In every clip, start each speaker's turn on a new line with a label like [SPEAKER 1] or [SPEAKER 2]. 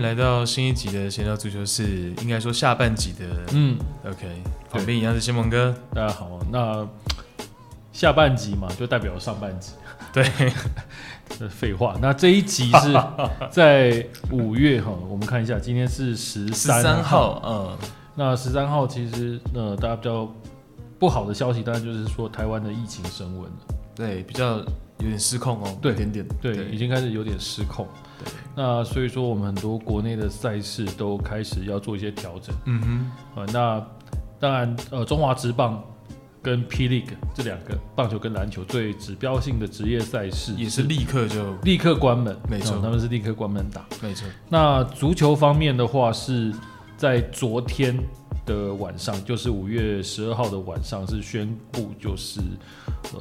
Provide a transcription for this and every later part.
[SPEAKER 1] 来到新一集的闲聊足球室，应该说下半集的
[SPEAKER 2] 嗯，
[SPEAKER 1] OK，旁边一样是先蒙哥，
[SPEAKER 2] 大家好。那下半集嘛，就代表上半集。
[SPEAKER 1] 对，
[SPEAKER 2] 这废话。那这一集 是在五月哈，我们看一下，今天是十
[SPEAKER 1] 十
[SPEAKER 2] 三
[SPEAKER 1] 三号，嗯，
[SPEAKER 2] 那十三号其实呃，大家比较不好的消息，当然就是说台湾的疫情升温了，
[SPEAKER 1] 对，比较有点失控哦，
[SPEAKER 2] 对
[SPEAKER 1] 一点点，
[SPEAKER 2] 对，已经开始有点失控。
[SPEAKER 1] 对，
[SPEAKER 2] 那所以说，我们很多国内的赛事都开始要做一些调整。
[SPEAKER 1] 嗯哼，
[SPEAKER 2] 呃，那当然，呃，中华职棒跟 P League 这两个棒球跟篮球最指标性的职业赛事
[SPEAKER 1] 也是立刻就
[SPEAKER 2] 立刻关门，
[SPEAKER 1] 没错
[SPEAKER 2] 嗯他们是立刻关门打。
[SPEAKER 1] 没错，
[SPEAKER 2] 那足球方面的话，是在昨天的晚上，就是五月十二号的晚上，是宣布就是呃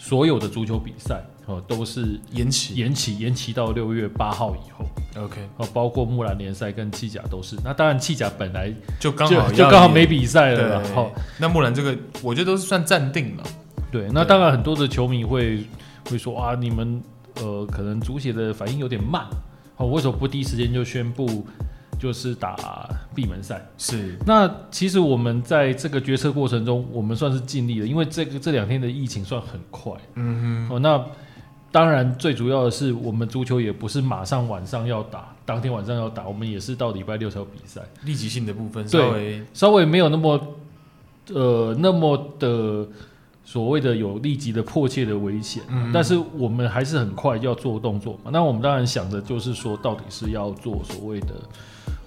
[SPEAKER 2] 所有的足球比赛呃都是
[SPEAKER 1] 延期
[SPEAKER 2] 延期，延期到六月八号以后，
[SPEAKER 1] ，OK，
[SPEAKER 2] 呃，包括木兰联赛跟气甲都是。那当然，气甲本来
[SPEAKER 1] 就刚
[SPEAKER 2] 就
[SPEAKER 1] 好
[SPEAKER 2] 就
[SPEAKER 1] 要
[SPEAKER 2] 刚好
[SPEAKER 1] 延
[SPEAKER 2] 没比赛
[SPEAKER 1] 对
[SPEAKER 2] 了，然后。
[SPEAKER 1] 那木兰这个我觉得都是算暂定了，
[SPEAKER 2] 对，
[SPEAKER 1] 对
[SPEAKER 2] 那当然很多的球迷会会说啊，你们呃可能足协的反应有点慢，哦，为什么不第一时间就宣布就是打闭门赛？
[SPEAKER 1] 是，
[SPEAKER 2] 那其实我们在这个决策过程中，我们算是尽力了，因为这个这两天的疫情算很快、
[SPEAKER 1] 嗯
[SPEAKER 2] 哦。那当然最主要的是，我们足球也不是马上晚上要打，当天晚上要打，我们也是到礼拜六才有比赛。
[SPEAKER 1] 哼，立即性的部分
[SPEAKER 2] 对
[SPEAKER 1] 稍微
[SPEAKER 2] 稍微没有那么呃那么的所谓的有立即的迫切的危险、
[SPEAKER 1] 嗯
[SPEAKER 2] 但是我们还是很快要做动作嘛。那我们当然想着就是说，到底是要做所谓的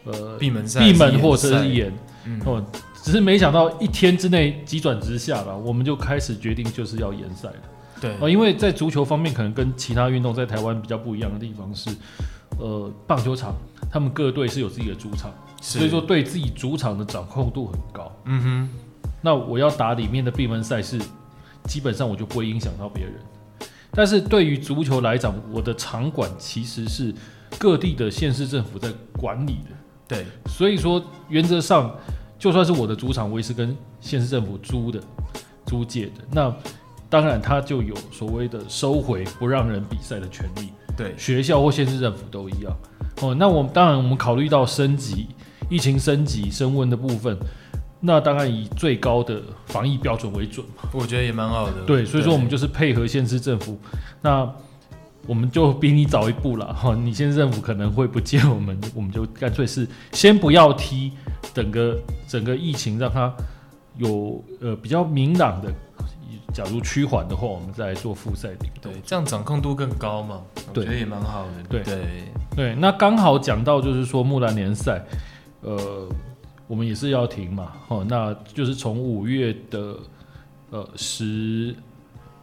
[SPEAKER 2] 呃
[SPEAKER 1] 闭门赛，
[SPEAKER 2] 闭门或者
[SPEAKER 1] 延赛
[SPEAKER 2] 是演
[SPEAKER 1] 嗯
[SPEAKER 2] 哦，只是没想到一天之内急转直下了，我们就开始决定就是要延赛了。
[SPEAKER 1] 对
[SPEAKER 2] 哦，因为在足球方面，可能跟其他运动在台湾比较不一样的地方是，呃，棒球场他们各队是有自己的主场。
[SPEAKER 1] 是
[SPEAKER 2] 所以说对自己主场的掌控度很高。
[SPEAKER 1] 嗯哼，
[SPEAKER 2] 那我要打里面的闭门赛事，基本上我就不会影响到别人。但是对于足球来讲，我的场馆其实是各地的县市政府在管理的，
[SPEAKER 1] 对，
[SPEAKER 2] 所以说原则上，就算是我的主场，我也是跟县市政府租的、租借的。那当然，它就有所谓的收回不让人比赛的权利。
[SPEAKER 1] 对，
[SPEAKER 2] 学校或县市政府都一样。哦，那我们当然我们考虑到升级、疫情升级、升温的部分，那当然以最高的防疫标准为准嘛。
[SPEAKER 1] 我觉得也蛮好的，
[SPEAKER 2] 对，所以说我们就是配合县市政府，那我们就比你早一步了 哈、哦。你县市政府可能会不接我们， 我们就干脆是先不要踢，整个整个疫情让它有呃比较明朗的，假如趋缓的话，我们再来做复赛顶
[SPEAKER 1] 对，这样掌控度更高嘛，我觉
[SPEAKER 2] 对
[SPEAKER 1] 得也蛮好的。
[SPEAKER 2] 对
[SPEAKER 1] 对，
[SPEAKER 2] 对，那刚好讲到就是说木兰联赛，呃，我们也是要停嘛，哦，那就是从五月的呃十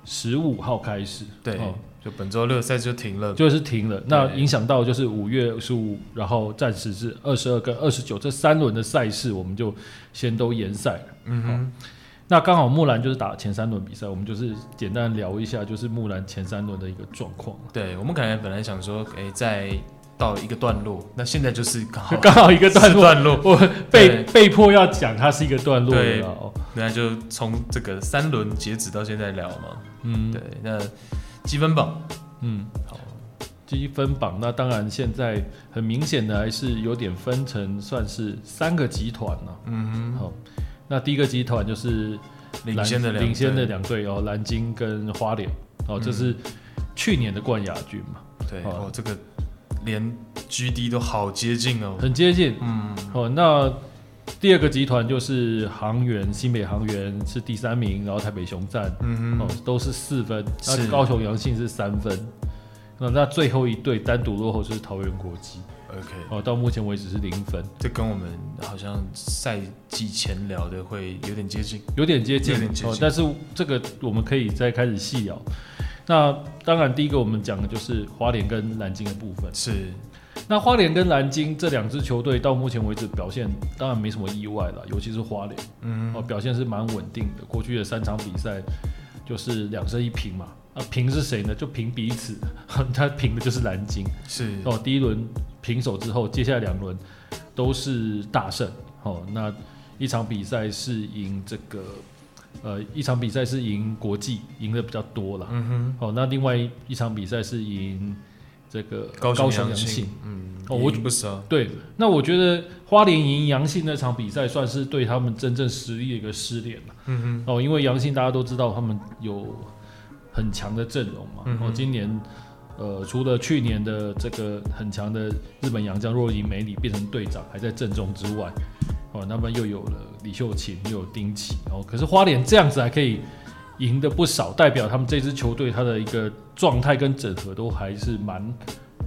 [SPEAKER 2] 十五号开始，
[SPEAKER 1] 对
[SPEAKER 2] 哦、
[SPEAKER 1] 就本周六赛就停了。
[SPEAKER 2] 就是停了。那
[SPEAKER 1] 对
[SPEAKER 2] 影响到就是五月十五，然后暂时是二十二跟二十九这三轮的赛事，我们就先都延赛了。
[SPEAKER 1] 嗯哼，
[SPEAKER 2] 那刚好木兰就是打前三轮比赛，我们就是简单聊一下，就是木兰前三轮的一个状 况，
[SPEAKER 1] 对我们感觉本来想说，哎，在到了一个段落，那现在就是刚好
[SPEAKER 2] 就 刚好一个段
[SPEAKER 1] 是
[SPEAKER 2] 落，
[SPEAKER 1] 段落，
[SPEAKER 2] 我
[SPEAKER 1] 对
[SPEAKER 2] 被被迫要讲它是一个段落
[SPEAKER 1] 对
[SPEAKER 2] 了哦。
[SPEAKER 1] 那就从这个三轮截止到现在聊嘛。
[SPEAKER 2] 嗯，
[SPEAKER 1] 对，那积分榜
[SPEAKER 2] 嗯，
[SPEAKER 1] 好，
[SPEAKER 2] 积分榜那当然现在很明显的还是有点分成，算是三个集团了、
[SPEAKER 1] 嗯
[SPEAKER 2] 好、那第一个集团就是
[SPEAKER 1] 哼，
[SPEAKER 2] 蓝
[SPEAKER 1] 领先的两
[SPEAKER 2] 领先的
[SPEAKER 1] 队嗯
[SPEAKER 2] 两队哦，蓝鲸跟花莲哦，这是去年的冠亚军嘛，
[SPEAKER 1] 对
[SPEAKER 2] 好
[SPEAKER 1] 哦，这个连 GD 都好接近哦。
[SPEAKER 2] 很接近
[SPEAKER 1] 嗯，
[SPEAKER 2] 哦。那第二个集团就是航员，新北航员是第三名，然后台北雄战
[SPEAKER 1] 嗯
[SPEAKER 2] 哦
[SPEAKER 1] 哼，
[SPEAKER 2] 都是四分，
[SPEAKER 1] 是
[SPEAKER 2] 那高雄阳性是三分。那那最后一队单独落后就是桃园国际
[SPEAKER 1] OK，
[SPEAKER 2] 哦，到目前为止是零分。
[SPEAKER 1] 这跟我们好像赛季前聊的会有点接近。
[SPEAKER 2] 有点接近，
[SPEAKER 1] 有点接近
[SPEAKER 2] 哦。但是这个我们可以再开始细聊。那当然，第一个我们讲的就是花莲跟蓝鲸的部分。
[SPEAKER 1] 是，
[SPEAKER 2] 那花莲跟蓝鲸这两支球队到目前为止表现当然没什么意外了，尤其是花莲
[SPEAKER 1] 嗯
[SPEAKER 2] 哦，表现是蛮稳定的。过去的三场比赛就是两胜一平嘛，啊，平是谁呢？就平彼此， 他平的就是蓝鲸。
[SPEAKER 1] 是，
[SPEAKER 2] 哦，第一轮平手之后，接下来两轮都是大胜。哦，那一场比赛是赢这个，呃，一场比赛是赢国际，赢的比较多啦。
[SPEAKER 1] 嗯哼，
[SPEAKER 2] 哦，那另外一场比赛是赢这个
[SPEAKER 1] 高
[SPEAKER 2] 雄
[SPEAKER 1] 阳
[SPEAKER 2] 性。，
[SPEAKER 1] 嗯，
[SPEAKER 2] 哦
[SPEAKER 1] 也
[SPEAKER 2] 我
[SPEAKER 1] 赢不少，
[SPEAKER 2] 对，那我觉得花莲赢阳信那场比赛算是对他们真正实力的一个失联了。
[SPEAKER 1] 嗯
[SPEAKER 2] 哦，因为阳信大家都知道他们有很强的阵容嘛。
[SPEAKER 1] 嗯哼
[SPEAKER 2] 哦，今年呃，除了去年的这个很强的日本洋将若林美里变成队长还在阵中之外，哦，他们又有了李秀琴，又有丁奇。哦，可是花莲这样子还可以赢得不少，代表他们这支球队他的一个状态跟整合都还是蛮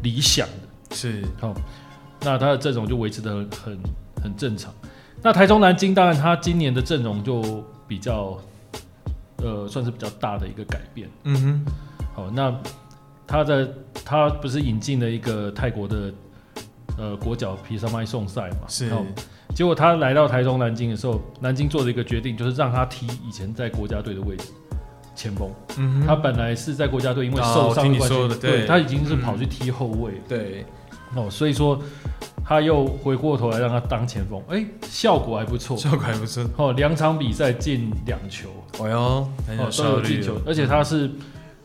[SPEAKER 2] 理想
[SPEAKER 1] 哼，
[SPEAKER 2] 的。
[SPEAKER 1] 是，
[SPEAKER 2] 那他的阵容就维持的很很很正常。那台中南京当然他今年的阵容就比较，呃，算是比较大的一个改变。
[SPEAKER 1] 嗯哼，
[SPEAKER 2] 好，那他的他不是引进了一个泰国的呃国脚皮萨麦送赛嘛？
[SPEAKER 1] 是，
[SPEAKER 2] 好结果他来到台中南京的时候，南京做了一个决定，就是让他踢以前在国家队的位置前锋。
[SPEAKER 1] 嗯
[SPEAKER 2] 他
[SPEAKER 1] 哼，
[SPEAKER 2] 本来是在国家队因为
[SPEAKER 1] 啊
[SPEAKER 2] 受
[SPEAKER 1] 我
[SPEAKER 2] 伤
[SPEAKER 1] 听你
[SPEAKER 2] 的关系，
[SPEAKER 1] 说的对
[SPEAKER 2] 对他已经是跑去踢后卫了。
[SPEAKER 1] 对，
[SPEAKER 2] 哦，所以说他又回过头来让他当前锋，哎、效果还不错。
[SPEAKER 1] 效果还不错，
[SPEAKER 2] 哦，两场比赛进两球，
[SPEAKER 1] 哎呦，很
[SPEAKER 2] 哦
[SPEAKER 1] 有，
[SPEAKER 2] 都
[SPEAKER 1] 效
[SPEAKER 2] 有
[SPEAKER 1] 率
[SPEAKER 2] 进
[SPEAKER 1] 了，
[SPEAKER 2] 球，而且他是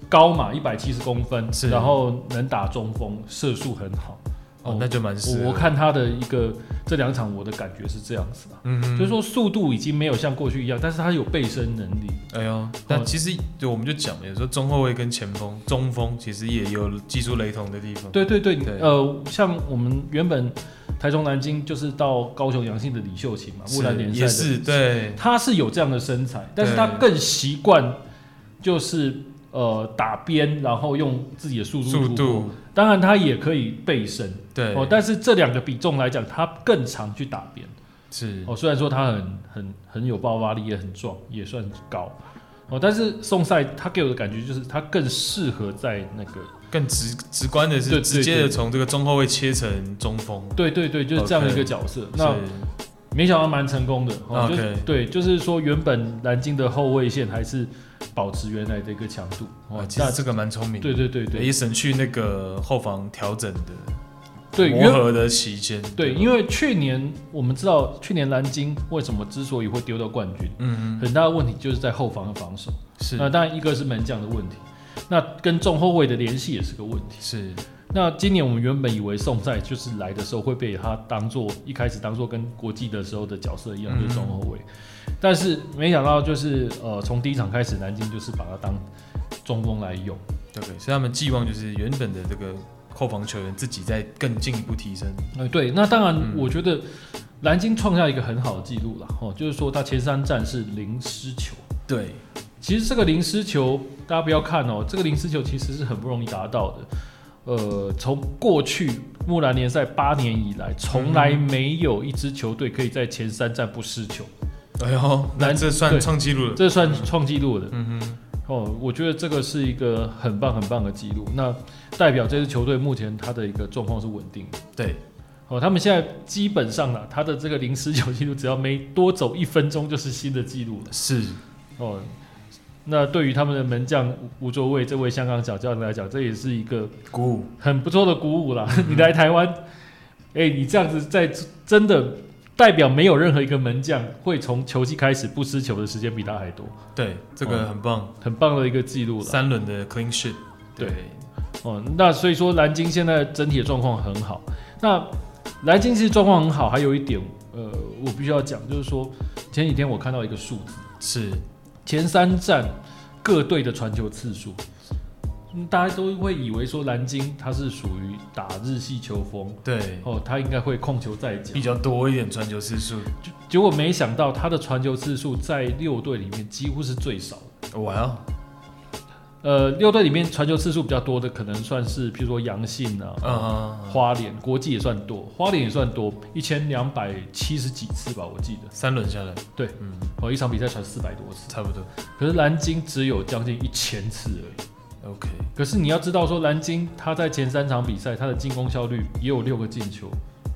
[SPEAKER 2] 高嘛，一百七十公分，
[SPEAKER 1] 是
[SPEAKER 2] 然后能打中锋，射速很好。
[SPEAKER 1] 哦，那就蛮适合
[SPEAKER 2] 我我，看他的一个这两场，我的感觉是这样子的，啊
[SPEAKER 1] 嗯哼，
[SPEAKER 2] 就是说速度已经没有像过去一样，但是他有背身能力。
[SPEAKER 1] 哎呦，但其实对，我们就讲了，有时候中后卫跟前锋、中锋其实也有技术雷同的地方。，
[SPEAKER 2] 对对对，
[SPEAKER 1] 对
[SPEAKER 2] 呃，像我们原本台中南京就是到高雄阳性的李秀琴嘛，
[SPEAKER 1] 是
[SPEAKER 2] 木兰联赛
[SPEAKER 1] 也
[SPEAKER 2] 的
[SPEAKER 1] 是对，
[SPEAKER 2] 他是有这样的身材，但是
[SPEAKER 1] 对
[SPEAKER 2] 他更习惯就是呃打边，然后用自己的速度
[SPEAKER 1] 速
[SPEAKER 2] 突破
[SPEAKER 1] 度
[SPEAKER 2] 当然他也可以背身
[SPEAKER 1] 对
[SPEAKER 2] 哦，但是这两个比重来讲，他更常去打边
[SPEAKER 1] 是
[SPEAKER 2] 哦。虽然说他很很很有爆发力，也很壮，也算高哦，但是宋赛他给我的感觉就是他更适合在那个
[SPEAKER 1] 更直直观的是
[SPEAKER 2] 对对
[SPEAKER 1] 直接
[SPEAKER 2] 对
[SPEAKER 1] 的从这个中后卫切成中锋。
[SPEAKER 2] 对对对，就是这样的一个
[SPEAKER 1] OK
[SPEAKER 2] 角色。那
[SPEAKER 1] 是
[SPEAKER 2] 没想到蛮成功的，哦
[SPEAKER 1] OK
[SPEAKER 2] 就是对，就是说原本南京的后卫线还是保持原来的一个强度，
[SPEAKER 1] 哇，
[SPEAKER 2] 哦，
[SPEAKER 1] 啊其
[SPEAKER 2] 那
[SPEAKER 1] 实这个蛮聪明的，
[SPEAKER 2] 对对对对
[SPEAKER 1] 也省去那个后防调整的
[SPEAKER 2] 对
[SPEAKER 1] 磨
[SPEAKER 2] 原
[SPEAKER 1] 合的期间。
[SPEAKER 2] 对，
[SPEAKER 1] 为
[SPEAKER 2] 因为去年我们知道，去年南京为什么之所以会丢掉冠军，
[SPEAKER 1] 嗯
[SPEAKER 2] 很大的问题就是在后防的防守，
[SPEAKER 1] 是
[SPEAKER 2] 那当然一个是门将的问题，那跟中后卫的联系也是个问题。
[SPEAKER 1] 是
[SPEAKER 2] 那今年我们原本以为宋赛就是来的时候会被他当做一开始当做跟国际的时候的角色一样，
[SPEAKER 1] 嗯
[SPEAKER 2] 就是中后卫，但是没想到就是呃从第一场开始，南京就是把他当中锋来用，
[SPEAKER 1] ，OK，所以他们寄望就是原本的这个后防球员自己再更进一步提升。
[SPEAKER 2] 呃对，那当然
[SPEAKER 1] 嗯
[SPEAKER 2] 我觉得南京创下一个很好的记录了哦，就是说他前三战是零失球，
[SPEAKER 1] 对，
[SPEAKER 2] 其实这个零失球大家不要看哦，这个零失球其实是很不容易达到的。呃，从过去木兰联赛八年以来，从来
[SPEAKER 1] 嗯
[SPEAKER 2] 没有一支球队可以在前三站不失球，
[SPEAKER 1] 哎呦，那
[SPEAKER 2] 南
[SPEAKER 1] 这算
[SPEAKER 2] 对
[SPEAKER 1] 创纪录了。
[SPEAKER 2] 这算创纪录的
[SPEAKER 1] 嗯哼，
[SPEAKER 2] 哦。我觉得这个是一个很棒很棒的记录，那代表这支球队目前它的一个状况是稳定的。
[SPEAKER 1] 对，
[SPEAKER 2] 哦，他们现在基本上啊，他的这个零失球记录，只要没多走一分钟，就是新的记录了。
[SPEAKER 1] 是
[SPEAKER 2] 哦，那对于他们的门将吴吴卓伟这位香港小将来讲，这也是一个
[SPEAKER 1] 鼓舞，
[SPEAKER 2] 很不错的鼓舞啦。 你来台湾，哎、你这样子在真的代表没有任何一个门将会从球季开始不失球的时间比他还多，
[SPEAKER 1] 对，这个很棒，
[SPEAKER 2] 很棒的一个记录了。
[SPEAKER 1] 三轮的 clean sheet，对，
[SPEAKER 2] 哦，那所以说南京现在整体的状况很好。那南京其实状况很好，还有一点，呃，我必须要讲，就是说前几天我看到一个数字。
[SPEAKER 1] 是
[SPEAKER 2] 前三站各队的传球次数，嗯大家都会以为说南京它是属于打日系球风，
[SPEAKER 1] 对，
[SPEAKER 2] 哦，它应该会控球在脚
[SPEAKER 1] 比，较多一点传球次数，
[SPEAKER 2] 结结果没想到它的传球次数在六队里面几乎是最少的。
[SPEAKER 1] 哇哦，
[SPEAKER 2] 呃，六队里面传球次数比较多的，可能算是譬如说阳信啊。
[SPEAKER 1] 嗯，
[SPEAKER 2] 花莲国际也算多，花莲也算多，一千两百七十几次吧，我记得。
[SPEAKER 1] 三轮下来，
[SPEAKER 2] 对，
[SPEAKER 1] 嗯，
[SPEAKER 2] 哦，一场比赛传四百多次，
[SPEAKER 1] 差不多
[SPEAKER 2] 可是南京只有将近一千次而已。
[SPEAKER 1] ，OK，
[SPEAKER 2] 可是你要知道说，蓝鲸他在前三场比赛，他的进攻效率也有六个进球，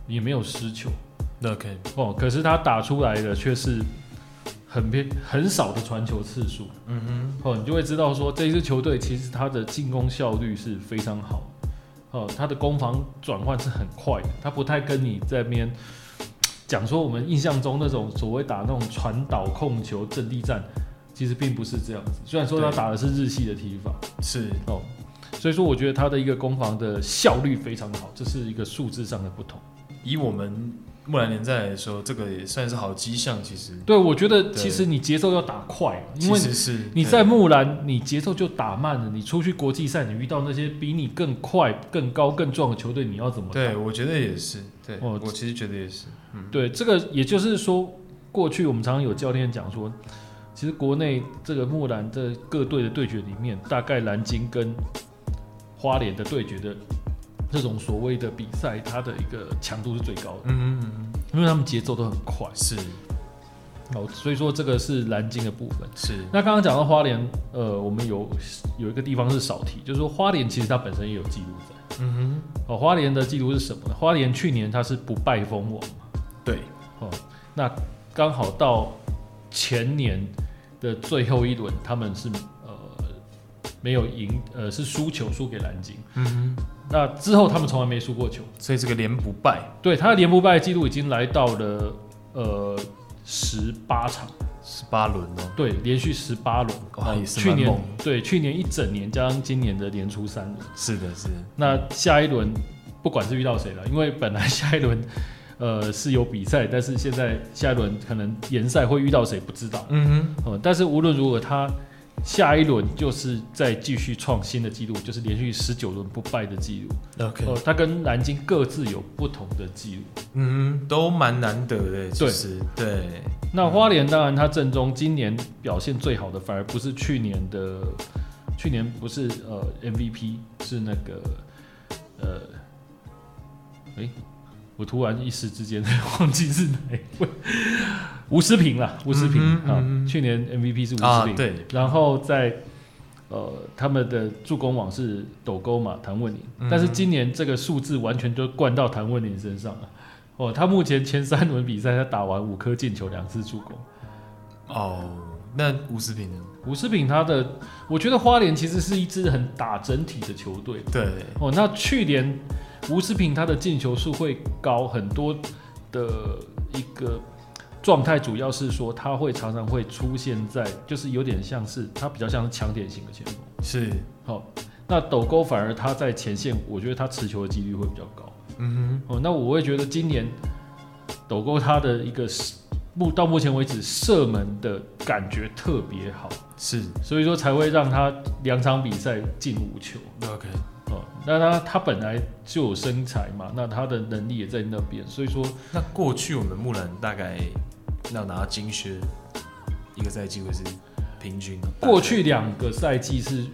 [SPEAKER 2] 也没有失球
[SPEAKER 1] 那 OK，
[SPEAKER 2] 哦。可是他打出来的却是很偏很少的传球次数
[SPEAKER 1] 嗯哼，
[SPEAKER 2] 哦，你就会知道说，这一支球队其实他的进攻效率是非常好哦，他的攻防转换是很快的，他不太跟你在那边讲说我们印象中那种所谓打那种传导控球阵地战，其实并不是这样子。虽然说他
[SPEAKER 1] 对
[SPEAKER 2] 打的是日系的踢法。
[SPEAKER 1] 是
[SPEAKER 2] 哦，所以说，我觉得他的一个攻防的效率非常好，这是一个数字上的不同。
[SPEAKER 1] 以我们木兰联赛来说，这个也算是好迹象。其实，
[SPEAKER 2] 对，我觉得
[SPEAKER 1] 对
[SPEAKER 2] 其实你节奏要打快，啊因为
[SPEAKER 1] 其实是
[SPEAKER 2] 你
[SPEAKER 1] 对
[SPEAKER 2] 在木兰，你节奏就打慢了。你出去国际赛，你遇到那些比你更快、更高、更壮的球队，你要怎么打？
[SPEAKER 1] 对，我觉得也是，对
[SPEAKER 2] 哦
[SPEAKER 1] 我其实觉得也是，嗯，
[SPEAKER 2] 对，这个也就是说，过去我们常常有教练讲说，其实国内这个木兰的各队的对决里面，大概蓝鲸跟花莲的对决的这种所谓的比赛，它的一个强度是最高的，
[SPEAKER 1] 嗯嗯嗯，
[SPEAKER 2] 因为他们节奏都很快。
[SPEAKER 1] 是
[SPEAKER 2] 哦，所以说这个是蓝鲸的部分。
[SPEAKER 1] 是，
[SPEAKER 2] 那刚刚讲到花莲，呃，我们有有一个地方是少提，就是说花莲其实它本身也有记录在。
[SPEAKER 1] 嗯
[SPEAKER 2] 哦，花莲的记录是什么呢？花莲去年它是不败封王，
[SPEAKER 1] 哼，对，
[SPEAKER 2] 哦，那刚好到前年的最后一轮，他们是呃没有赢，呃是输球输给蓝鲸。
[SPEAKER 1] 嗯哼，
[SPEAKER 2] 那之后他们从来没输过球，
[SPEAKER 1] 所以这个连不败
[SPEAKER 2] 对他的连不败记录已经来到了呃十八场，
[SPEAKER 1] 十八轮哦，
[SPEAKER 2] 对，连续十八轮。
[SPEAKER 1] 哇也是
[SPEAKER 2] 哦去
[SPEAKER 1] 蛮
[SPEAKER 2] 年
[SPEAKER 1] 猛
[SPEAKER 2] 对去年一整年加上今年的连出三轮，
[SPEAKER 1] 是的是的，
[SPEAKER 2] 那下一轮不管是遇到谁了，因为本来下一轮。 呃，是有比赛，但是现在下一轮可能联赛会遇到谁不知道，
[SPEAKER 1] 嗯哼，
[SPEAKER 2] 呃，但是无论如何，他下一轮就是再继续创新的记录，就是连续十九轮不败的记录。
[SPEAKER 1] OK，
[SPEAKER 2] 呃，他跟南京各自有不同的记录。
[SPEAKER 1] 嗯哼，都蛮难得的，其
[SPEAKER 2] 对
[SPEAKER 1] 实对，
[SPEAKER 2] 那花莲当然，他正中今年表现最好的，反而不是去年的，去年不是呃 MVP，是那个呃，诶，我突然一时之间 忘记是哪一位，吴思平啦，吴思平
[SPEAKER 1] 嗯哼
[SPEAKER 2] 啊
[SPEAKER 1] 嗯，哼
[SPEAKER 2] 去年 MVP 是吴思
[SPEAKER 1] 啊
[SPEAKER 2] 平，
[SPEAKER 1] 对，
[SPEAKER 2] 然后在呃他们的助攻网是斗勾嘛，谭问宁，
[SPEAKER 1] 嗯
[SPEAKER 2] 但是今年这个数字完全就灌到谭问宁身上了。哦，他目前前三轮比赛他打完五颗进球，两次助攻。
[SPEAKER 1] 哦，那五十平呢？
[SPEAKER 2] 吴世平他的，我觉得花莲其实是一支很打整体的球队。
[SPEAKER 1] 对，
[SPEAKER 2] 哦，那去年吴世平他的进球数会高很多的一个状态，主要是说他会常常会出现在，就是有点像是他比较像是强点型的前锋。
[SPEAKER 1] 是，
[SPEAKER 2] 好、那斗勾反而他在前线，我觉得他持球的几率会比较高。
[SPEAKER 1] 嗯
[SPEAKER 2] 哦，那我会觉得今年斗勾他的一个射目到目前为止射门的感觉特别好，
[SPEAKER 1] 哼，是
[SPEAKER 2] 所以说才会让他两场比赛进五球。
[SPEAKER 1] OK，
[SPEAKER 2] 哦，那他他本来就有身材嘛，那他的能力也在那边，所以说
[SPEAKER 1] 那过去我们木兰大概要拿金靴，一个赛季会是平均大概
[SPEAKER 2] 过去两个赛季是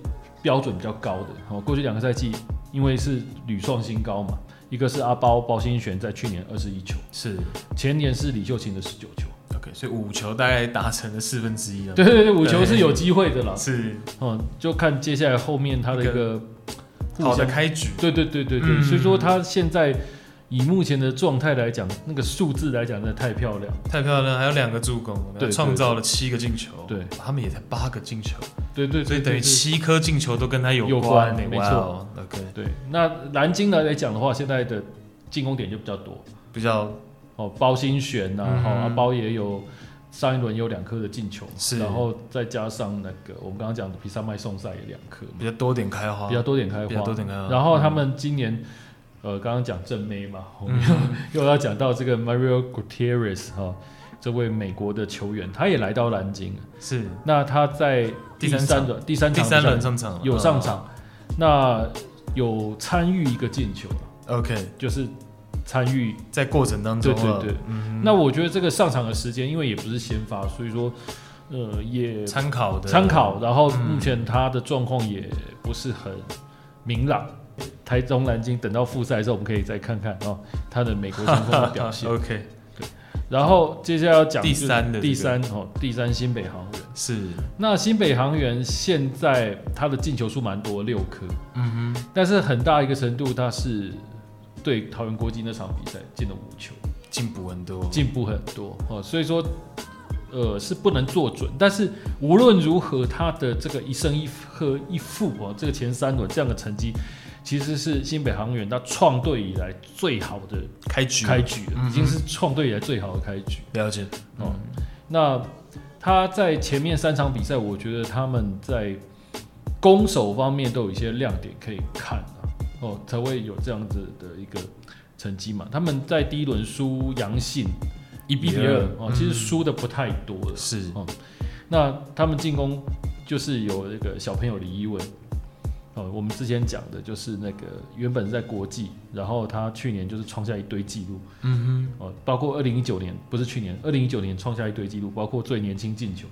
[SPEAKER 2] 标准比较高的。哦，过去两个赛季因为是屡创新高嘛，一个是阿包包新璇在去年二十一球。
[SPEAKER 1] 是
[SPEAKER 2] 前年是李秀琴的十九球，
[SPEAKER 1] OK，所以五球大概达成了四分之一了。
[SPEAKER 2] 对，对对，五球是有机会的啦。
[SPEAKER 1] 是
[SPEAKER 2] 嗯，就看接下来后面他的一个
[SPEAKER 1] 好的，开局。
[SPEAKER 2] 对对对对对，
[SPEAKER 1] 嗯
[SPEAKER 2] 所以说他现在以目前的状态来讲，那个数字来讲真的太漂亮。
[SPEAKER 1] 太漂亮了，还有两个助攻，
[SPEAKER 2] 对对
[SPEAKER 1] 创造了七个进球，
[SPEAKER 2] 对
[SPEAKER 1] 他们也才八个进球，
[SPEAKER 2] 对对对
[SPEAKER 1] 所以等于
[SPEAKER 2] 对对
[SPEAKER 1] 七颗进球都跟他有
[SPEAKER 2] 有
[SPEAKER 1] 关
[SPEAKER 2] 关
[SPEAKER 1] 欸，
[SPEAKER 2] 没
[SPEAKER 1] 哇
[SPEAKER 2] 错
[SPEAKER 1] 哦，OK，
[SPEAKER 2] 对。那蓝鲸来来讲的话，现在的进攻点就比较多
[SPEAKER 1] 比较
[SPEAKER 2] 哦，包新璇呐、
[SPEAKER 1] 嗯
[SPEAKER 2] 啊，哈、阿包也有上一轮有两颗的进球，
[SPEAKER 1] 是
[SPEAKER 2] 然后再加上那个我们刚刚讲的皮萨麦送赛也两颗嘛，
[SPEAKER 1] 比较多点开花，
[SPEAKER 2] 比较多点开花，
[SPEAKER 1] 比较多点开花，嗯
[SPEAKER 2] 然后他们今年，呃，刚刚讲正妹嘛，我们又又要讲到这个 Mario Gutierrez 哈、这位美国的球员，他也来到南京了。
[SPEAKER 1] 嗯是
[SPEAKER 2] 那他在
[SPEAKER 1] 第
[SPEAKER 2] 第
[SPEAKER 1] 三
[SPEAKER 2] 三轮、第三
[SPEAKER 1] 第
[SPEAKER 2] 场
[SPEAKER 1] 三轮
[SPEAKER 2] 比赛
[SPEAKER 1] 上场了
[SPEAKER 2] 有上场，那有参与一个进球了
[SPEAKER 1] 嗯，OK，
[SPEAKER 2] 就是参与。
[SPEAKER 1] 在过程当中
[SPEAKER 2] 对对
[SPEAKER 1] 啊
[SPEAKER 2] 对，
[SPEAKER 1] 嗯
[SPEAKER 2] 那我觉得这个上场的时间，因为也不是先发，所以说，呃，也
[SPEAKER 1] 参考的
[SPEAKER 2] 参考，然后
[SPEAKER 1] 嗯
[SPEAKER 2] 目前他的状况也不是很明朗。台中蓝鲸等到复赛的时候，我们可以再看看哦，他的美国前锋的 表现。
[SPEAKER 1] OK，
[SPEAKER 2] 然后接下来要讲
[SPEAKER 1] 第三的这个
[SPEAKER 2] 就是第三哦，第三新北航员。
[SPEAKER 1] 是，
[SPEAKER 2] 那新北航员现在他的进球数蛮多，六颗，
[SPEAKER 1] 嗯哼，
[SPEAKER 2] 但是很大一个程度他是对桃园国际那场比赛进了五球，
[SPEAKER 1] 进步很多，
[SPEAKER 2] 进步很多哦，所以说。呃，是不能做准，但是无论如何，他的这个一胜一和一负哦，这个前三轮这样的成绩，其实是新北航员他创队以来最好的
[SPEAKER 1] 开局
[SPEAKER 2] 开局了
[SPEAKER 1] 嗯，哼
[SPEAKER 2] 已经是创队以来最好的开局
[SPEAKER 1] 了解，
[SPEAKER 2] 哦。那他在前面三场比赛，我觉得他们在攻守方面都有一些亮点可以看啊，哦，才会有这样子的一个成绩嘛。他们在第一轮输阳性
[SPEAKER 1] 一
[SPEAKER 2] 一
[SPEAKER 1] 比
[SPEAKER 2] 比
[SPEAKER 1] 二
[SPEAKER 2] 二哦，其实
[SPEAKER 1] 嗯
[SPEAKER 2] 输的不太多了。
[SPEAKER 1] 是
[SPEAKER 2] 哦那他们进攻就是有那个小朋友李一文，哦，我们之前讲的就是那个原本是在国际，然后他去年就是创下一堆记录，
[SPEAKER 1] 嗯
[SPEAKER 2] 哦，包括二零一九年不是去年，二零一九年创下一堆记录，包括最年轻进球，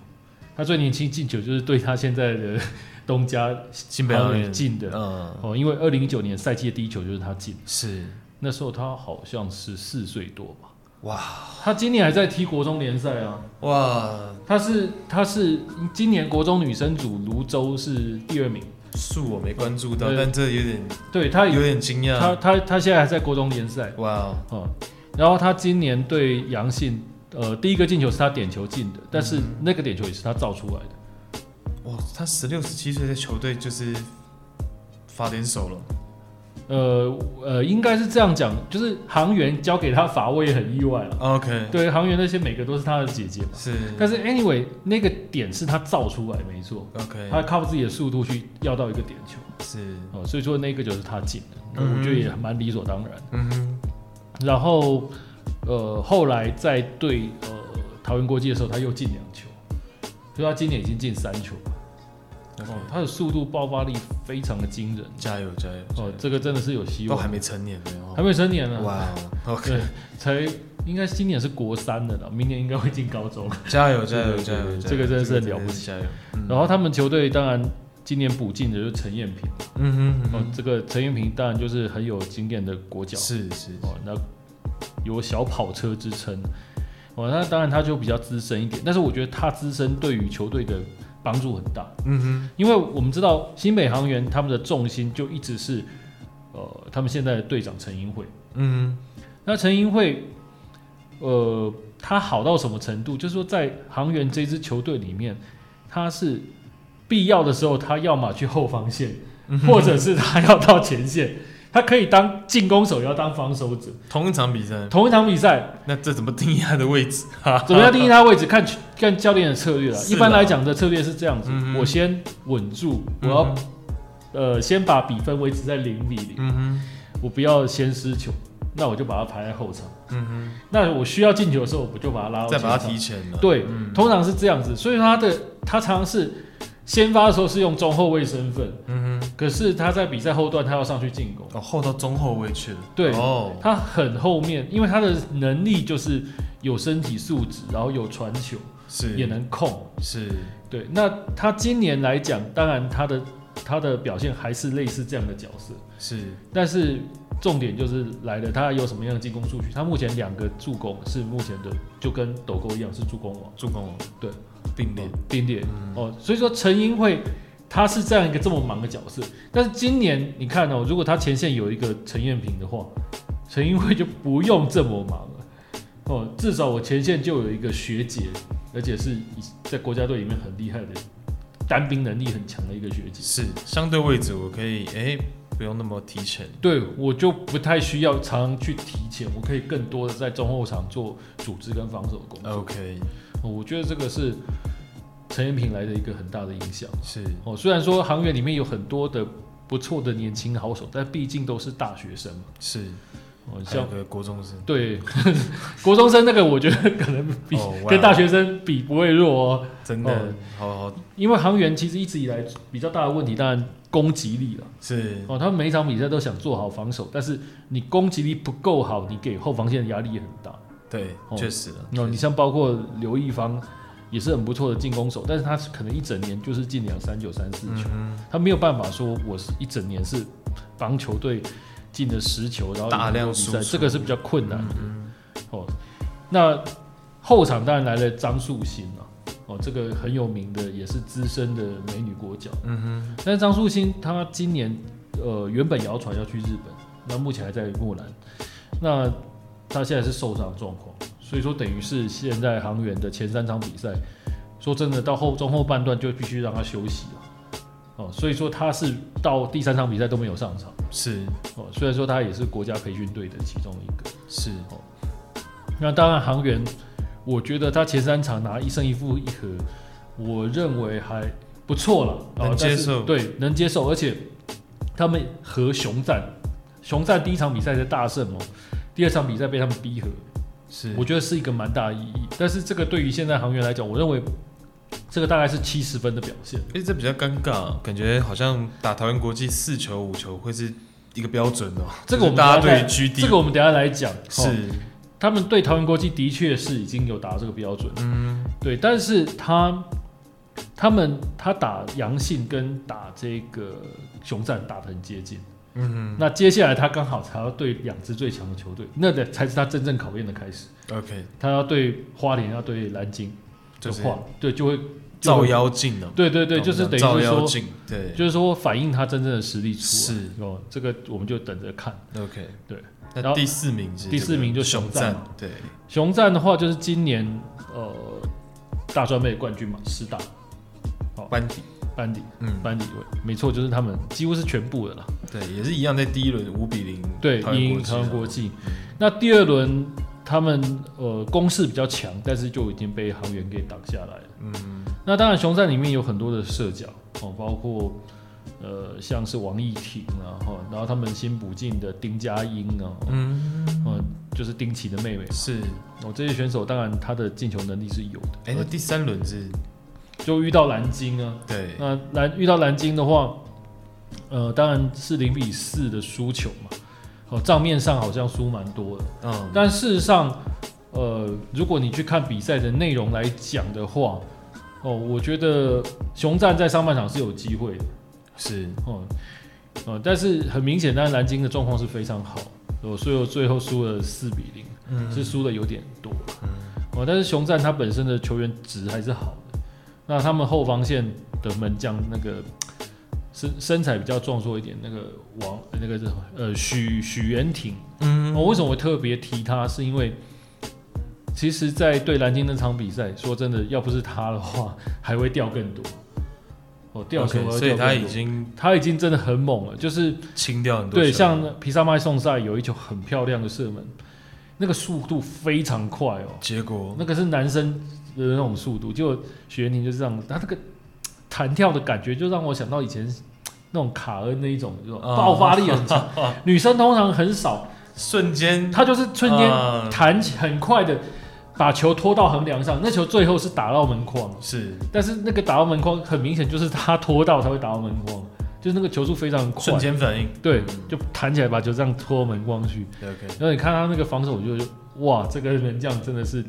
[SPEAKER 2] 他最年轻进球就是对他现在的东家
[SPEAKER 1] 哼，新北奥运
[SPEAKER 2] 进的，
[SPEAKER 1] 嗯，
[SPEAKER 2] 哦，因为二零一九年赛季的第一球就是他进，
[SPEAKER 1] 是
[SPEAKER 2] 那时候他好像十四岁多吧，
[SPEAKER 1] 哇
[SPEAKER 2] 他今年还在踢国中联赛啊。
[SPEAKER 1] 哇，
[SPEAKER 2] 她是她是今年国中女生组泸州是第二名，
[SPEAKER 1] 是我没关注到，
[SPEAKER 2] 对
[SPEAKER 1] 但这有点
[SPEAKER 2] 对她
[SPEAKER 1] 有点惊
[SPEAKER 2] 她
[SPEAKER 1] 讶，
[SPEAKER 2] 她她现在还在国中联赛
[SPEAKER 1] 哇哦，
[SPEAKER 2] 哦，然后她今年对杨信，呃，第一个进球是她点球进的，但是
[SPEAKER 1] 嗯
[SPEAKER 2] 那个点球也是她造出来的，
[SPEAKER 1] 哇，他十六十七岁的球队就是发点手了，
[SPEAKER 2] 呃呃，应该是这样讲，就是航员交给她罚我也很意外了，
[SPEAKER 1] OK，
[SPEAKER 2] 对，航员那些每个都是她的姐姐嘛，
[SPEAKER 1] 是
[SPEAKER 2] 哦但是 anyway 那个点是她造出来没错，
[SPEAKER 1] OK，
[SPEAKER 2] 她靠自己的速度去要到一个点球，
[SPEAKER 1] 是
[SPEAKER 2] 哦，所以说那个就是她进的，
[SPEAKER 1] 嗯
[SPEAKER 2] 我觉得也蛮理所当然。
[SPEAKER 1] 嗯哼，
[SPEAKER 2] 然后呃，后来在对呃桃园国际的时候，他又进两球，所以他今年已经进三球了。哦
[SPEAKER 1] OK，，
[SPEAKER 2] 他的速度爆发力非常的惊人。
[SPEAKER 1] 加油加油，
[SPEAKER 2] 哦，这个真的是有希
[SPEAKER 1] 都
[SPEAKER 2] 望，
[SPEAKER 1] 还没成年呢
[SPEAKER 2] 还
[SPEAKER 1] 哦，
[SPEAKER 2] 没成年啊呢、
[SPEAKER 1] 哇哦
[SPEAKER 2] 对
[SPEAKER 1] ，OK，，
[SPEAKER 2] 才应该今年是国三的了，明年应该会进高中。
[SPEAKER 1] 加油加
[SPEAKER 2] 对
[SPEAKER 1] 油
[SPEAKER 2] 对
[SPEAKER 1] 加油，
[SPEAKER 2] 对
[SPEAKER 1] 加油
[SPEAKER 2] 这个真的是很了不起
[SPEAKER 1] 加油，嗯
[SPEAKER 2] 然后他们球队当然今年补进的就是陈彦平，
[SPEAKER 1] 嗯哼嗯
[SPEAKER 2] 哦，
[SPEAKER 1] 哼，
[SPEAKER 2] 这个陈彦平当然就是很有经验的国脚，
[SPEAKER 1] 是是
[SPEAKER 2] 哦，那有小跑车之称。哦，那当然他就比较资深一点，但是我觉得他资深对于球队的帮助很大，
[SPEAKER 1] 嗯
[SPEAKER 2] 因为我们知道新北航员他们的重心就一直是，呃，他们现在的队长陈英慧。
[SPEAKER 1] 哼嗯
[SPEAKER 2] 那陈英慧，呃，他好到什么程度？就是说在航员这支球队里面，他是必要的时候，他要么去后防线，或者是他要到前线，他可以当进攻手，也要当防守者。
[SPEAKER 1] 哼，同一场比赛，
[SPEAKER 2] 同一场比赛，
[SPEAKER 1] 那这怎么定义他的位置？哈哈
[SPEAKER 2] 怎么样定义他的位置？看看教练的策略了。
[SPEAKER 1] 是
[SPEAKER 2] 一般
[SPEAKER 1] 啦
[SPEAKER 2] 来讲的策略是这样子：
[SPEAKER 1] 嗯哼嗯
[SPEAKER 2] 我先稳住，我要、呃先把比分维持在零比零，
[SPEAKER 1] 嗯哼，
[SPEAKER 2] 我不要先失球，那我就把它排在后场。
[SPEAKER 1] 嗯
[SPEAKER 2] 那我需要进球的时候，我就把它拉到
[SPEAKER 1] 哼，再把它
[SPEAKER 2] 前
[SPEAKER 1] 提
[SPEAKER 2] 场。
[SPEAKER 1] 前了。
[SPEAKER 2] 对，
[SPEAKER 1] 嗯
[SPEAKER 2] 通常是这样子，所以他的他常常是先发的时候是用中后卫身份，
[SPEAKER 1] 嗯哼，
[SPEAKER 2] 可是他在比赛后段他要上去进攻。
[SPEAKER 1] 哦，后到中后卫去了。
[SPEAKER 2] 对
[SPEAKER 1] 哦，
[SPEAKER 2] 他很后面，因为他的能力就是有身体素质，然后有传球，
[SPEAKER 1] 是
[SPEAKER 2] 也能控。
[SPEAKER 1] 是，
[SPEAKER 2] 对，那他今年来讲，当然他的他的表现还是类似这样的角色，
[SPEAKER 1] 是
[SPEAKER 2] 但是重点就是来了，他有什么样的进攻数据？他目前两个助攻是目前的就跟斗勾一样是助攻王
[SPEAKER 1] 助攻王，
[SPEAKER 2] 对，
[SPEAKER 1] 并列。
[SPEAKER 2] 并列、
[SPEAKER 1] 嗯
[SPEAKER 2] 哦，所以说陈英慧他是这样一个这么忙的角色，但是今年你看哦，如果他前线有一个陈彦平的话，陈英慧就不用这么忙了哦，至少我前线就有一个学姐，而且是以在国家队里面很厉害的。单兵能力很强的一个学姐，
[SPEAKER 1] 是相对位置，我可以哎，不用那么提前。
[SPEAKER 2] 对我就不太需要常常去提前，我可以更多的在中后场做组织跟防守的工作。
[SPEAKER 1] OK，
[SPEAKER 2] 哦我觉得这个是陈彦平来的一个很大的影响。
[SPEAKER 1] 是
[SPEAKER 2] 哦，虽然说航员里面有很多的不错的年轻好手，但毕竟都是大学生嘛。
[SPEAKER 1] 是，
[SPEAKER 2] 哦，
[SPEAKER 1] 还有
[SPEAKER 2] 像
[SPEAKER 1] 个国中生
[SPEAKER 2] 对 国中生那个，我觉得可能比、
[SPEAKER 1] 哦哇
[SPEAKER 2] 跟大学生比不会弱哦，
[SPEAKER 1] 真的
[SPEAKER 2] 哦
[SPEAKER 1] 好好
[SPEAKER 2] 因为航员其实一直以来比较大的问题，当然攻击力了。
[SPEAKER 1] 是
[SPEAKER 2] 哦，他们每一场比赛都想做好防守，但是你攻击力不够好，你给后防线的压力也很大。
[SPEAKER 1] 对，
[SPEAKER 2] 哦
[SPEAKER 1] 确实了。
[SPEAKER 2] 哦，
[SPEAKER 1] 确
[SPEAKER 2] 你
[SPEAKER 1] 实
[SPEAKER 2] 像包括刘易芳也是很不错的进攻手，但是他可能一整年就是进两三九三四球。
[SPEAKER 1] 嗯
[SPEAKER 2] 他没有办法说我是一整年是帮球队进了十球，然后
[SPEAKER 1] 大量
[SPEAKER 2] 赢了比赛，
[SPEAKER 1] 输出
[SPEAKER 2] 这个是啊比较困难
[SPEAKER 1] 哼
[SPEAKER 2] 的、
[SPEAKER 1] 嗯
[SPEAKER 2] 哦。那后场当然来了张素欣啊，哦，这个很有名的，也是资深的美女国脚。
[SPEAKER 1] 嗯嗯
[SPEAKER 2] 但是张素欣她今年呃原本谣传要去日本，那目前还在木兰，那她现在是受伤状况，所以说等于是现在航员的前三场比赛，说真的到后中后半段就必须让她休息了。哦，所以说她是到第三场比赛都没有上场
[SPEAKER 1] 哼，是
[SPEAKER 2] 哦。虽然说她也是国家培训队的其中一个，
[SPEAKER 1] 是
[SPEAKER 2] 那当然航员，我觉得他前三场拿一胜一负一和，我认为还不不错了，啊
[SPEAKER 1] 能
[SPEAKER 2] 但
[SPEAKER 1] 接
[SPEAKER 2] 是
[SPEAKER 1] 受
[SPEAKER 2] 对，能接受，而且他们和熊战，熊战第一场比赛是大胜哦，第二场比赛被他们逼和，
[SPEAKER 1] 是
[SPEAKER 2] 我觉得是一个蛮大的意义。但是这个对于现在航员来讲，我认为这个大概是七十分的表现。
[SPEAKER 1] 哎、这比较尴尬，感觉好像打台湾国际四球五球会是一个标准哦。
[SPEAKER 2] 这个我
[SPEAKER 1] 就是
[SPEAKER 2] 们
[SPEAKER 1] 大家
[SPEAKER 2] 等
[SPEAKER 1] 对
[SPEAKER 2] 一下
[SPEAKER 1] G D
[SPEAKER 2] 这个我们等一下来讲，
[SPEAKER 1] 是、
[SPEAKER 2] 哦他们对桃园国际的确是已经有达到这个标准，
[SPEAKER 1] 嗯
[SPEAKER 2] 对，但是他他们他打阳性跟打这个熊战打得很接近，
[SPEAKER 1] 嗯
[SPEAKER 2] 那接下来他刚好才要对两支最强的球队，那得才是他真正考验的开始，
[SPEAKER 1] ，OK，
[SPEAKER 2] 他要对花莲，要对蓝鲸
[SPEAKER 1] 就
[SPEAKER 2] 的
[SPEAKER 1] 是
[SPEAKER 2] 话，对，就会
[SPEAKER 1] 照，妖镜呢、
[SPEAKER 2] 就会对对对，
[SPEAKER 1] 懂
[SPEAKER 2] 就是
[SPEAKER 1] 懂
[SPEAKER 2] 等
[SPEAKER 1] 照
[SPEAKER 2] 于是
[SPEAKER 1] 妖
[SPEAKER 2] 说。
[SPEAKER 1] 镜，对，
[SPEAKER 2] 就是说，反映他真正的实力出来
[SPEAKER 1] 是
[SPEAKER 2] 哦，这个我们就等着看。
[SPEAKER 1] OK，
[SPEAKER 2] 对。然
[SPEAKER 1] 那
[SPEAKER 2] 后
[SPEAKER 1] 第四名是
[SPEAKER 2] 第四名就
[SPEAKER 1] 熊
[SPEAKER 2] 熊赞
[SPEAKER 1] 赞
[SPEAKER 2] 嘛，
[SPEAKER 1] 对，
[SPEAKER 2] 熊战的话，就是今年呃大专杯的冠军嘛，师大
[SPEAKER 1] 班底，
[SPEAKER 2] 班底
[SPEAKER 1] 嗯，
[SPEAKER 2] 班底位，没错，就是他们几乎是全部的啦。
[SPEAKER 1] 对，也是一样，在第一轮五比零，
[SPEAKER 2] 对，赢台
[SPEAKER 1] 台
[SPEAKER 2] 湾
[SPEAKER 1] 湾
[SPEAKER 2] 国
[SPEAKER 1] 国际啊
[SPEAKER 2] 际。啊那第二轮他们呃攻势比较强，但是就已经被航员给挡下来了。嗯，那当然熊战里面有很多的射角哦，包括呃像是王义婷啊，哈、然后他们新补进的丁佳英啊，
[SPEAKER 1] 嗯，
[SPEAKER 2] 嗯、就是丁奇的妹妹。
[SPEAKER 1] 是，
[SPEAKER 2] 哦，这些选手当然他的进球能力是有的，
[SPEAKER 1] 哎、那第三轮是，
[SPEAKER 2] 就遇到蓝鲸啊，
[SPEAKER 1] 对，
[SPEAKER 2] 那蓝遇到蓝鲸的话，呃，当然是零比四的输球嘛。哦，账面上好像输蛮多的，
[SPEAKER 1] 嗯，
[SPEAKER 2] 但事实上，呃，如果你去看比赛的内容来讲的话，哦，我觉得熊战在上半场是有机会的，
[SPEAKER 1] 是，
[SPEAKER 2] 哦，呃，但是很明显，但蓝鲸的状况是非常好，哦，所以我最后输了四比零。
[SPEAKER 1] 嗯，
[SPEAKER 2] 是输的有点多啦哦，但是熊战他本身的球员值还是好的，那他们后防线的门将那个身身材比较壮硕一点，那个王那个是呃许许元廷，哦
[SPEAKER 1] 嗯，
[SPEAKER 2] 我、为什么会特别提他？是因为其实，在对蓝鲸那场比赛，说真的，要不是他的话，还会掉更多。哦，掉球
[SPEAKER 1] OK，
[SPEAKER 2] 还会
[SPEAKER 1] 所以
[SPEAKER 2] 掉
[SPEAKER 1] 他
[SPEAKER 2] 更
[SPEAKER 1] 已
[SPEAKER 2] 多。
[SPEAKER 1] 经
[SPEAKER 2] 他已经真的很猛了，就是
[SPEAKER 1] 清掉很多球，
[SPEAKER 2] 对，像皮萨麦送赛有一球很漂亮的射门，那个速度非常快哦，
[SPEAKER 1] 结果
[SPEAKER 2] 那个是男生的那种速度。就许元廷就是这样，他那个嘖弹跳的感觉就让我想到以前嘖那种卡恩那一种，就是
[SPEAKER 1] 啊
[SPEAKER 2] 爆发力很 强。女生通常很少，
[SPEAKER 1] 瞬间，
[SPEAKER 2] 她就是瞬间
[SPEAKER 1] 啊
[SPEAKER 2] 弹起很快的把球拖到横梁上，那球最后是打到门框，
[SPEAKER 1] 是
[SPEAKER 2] 但是那个打到门框很明显就是她拖到才会打到门框，就是那个球速非常快
[SPEAKER 1] 瞬。间反应，
[SPEAKER 2] 对，就弹起来把球这样拖到门框去，
[SPEAKER 1] 对，OK，
[SPEAKER 2] 然后你看他那个防守就，就哇，这个门将真的是，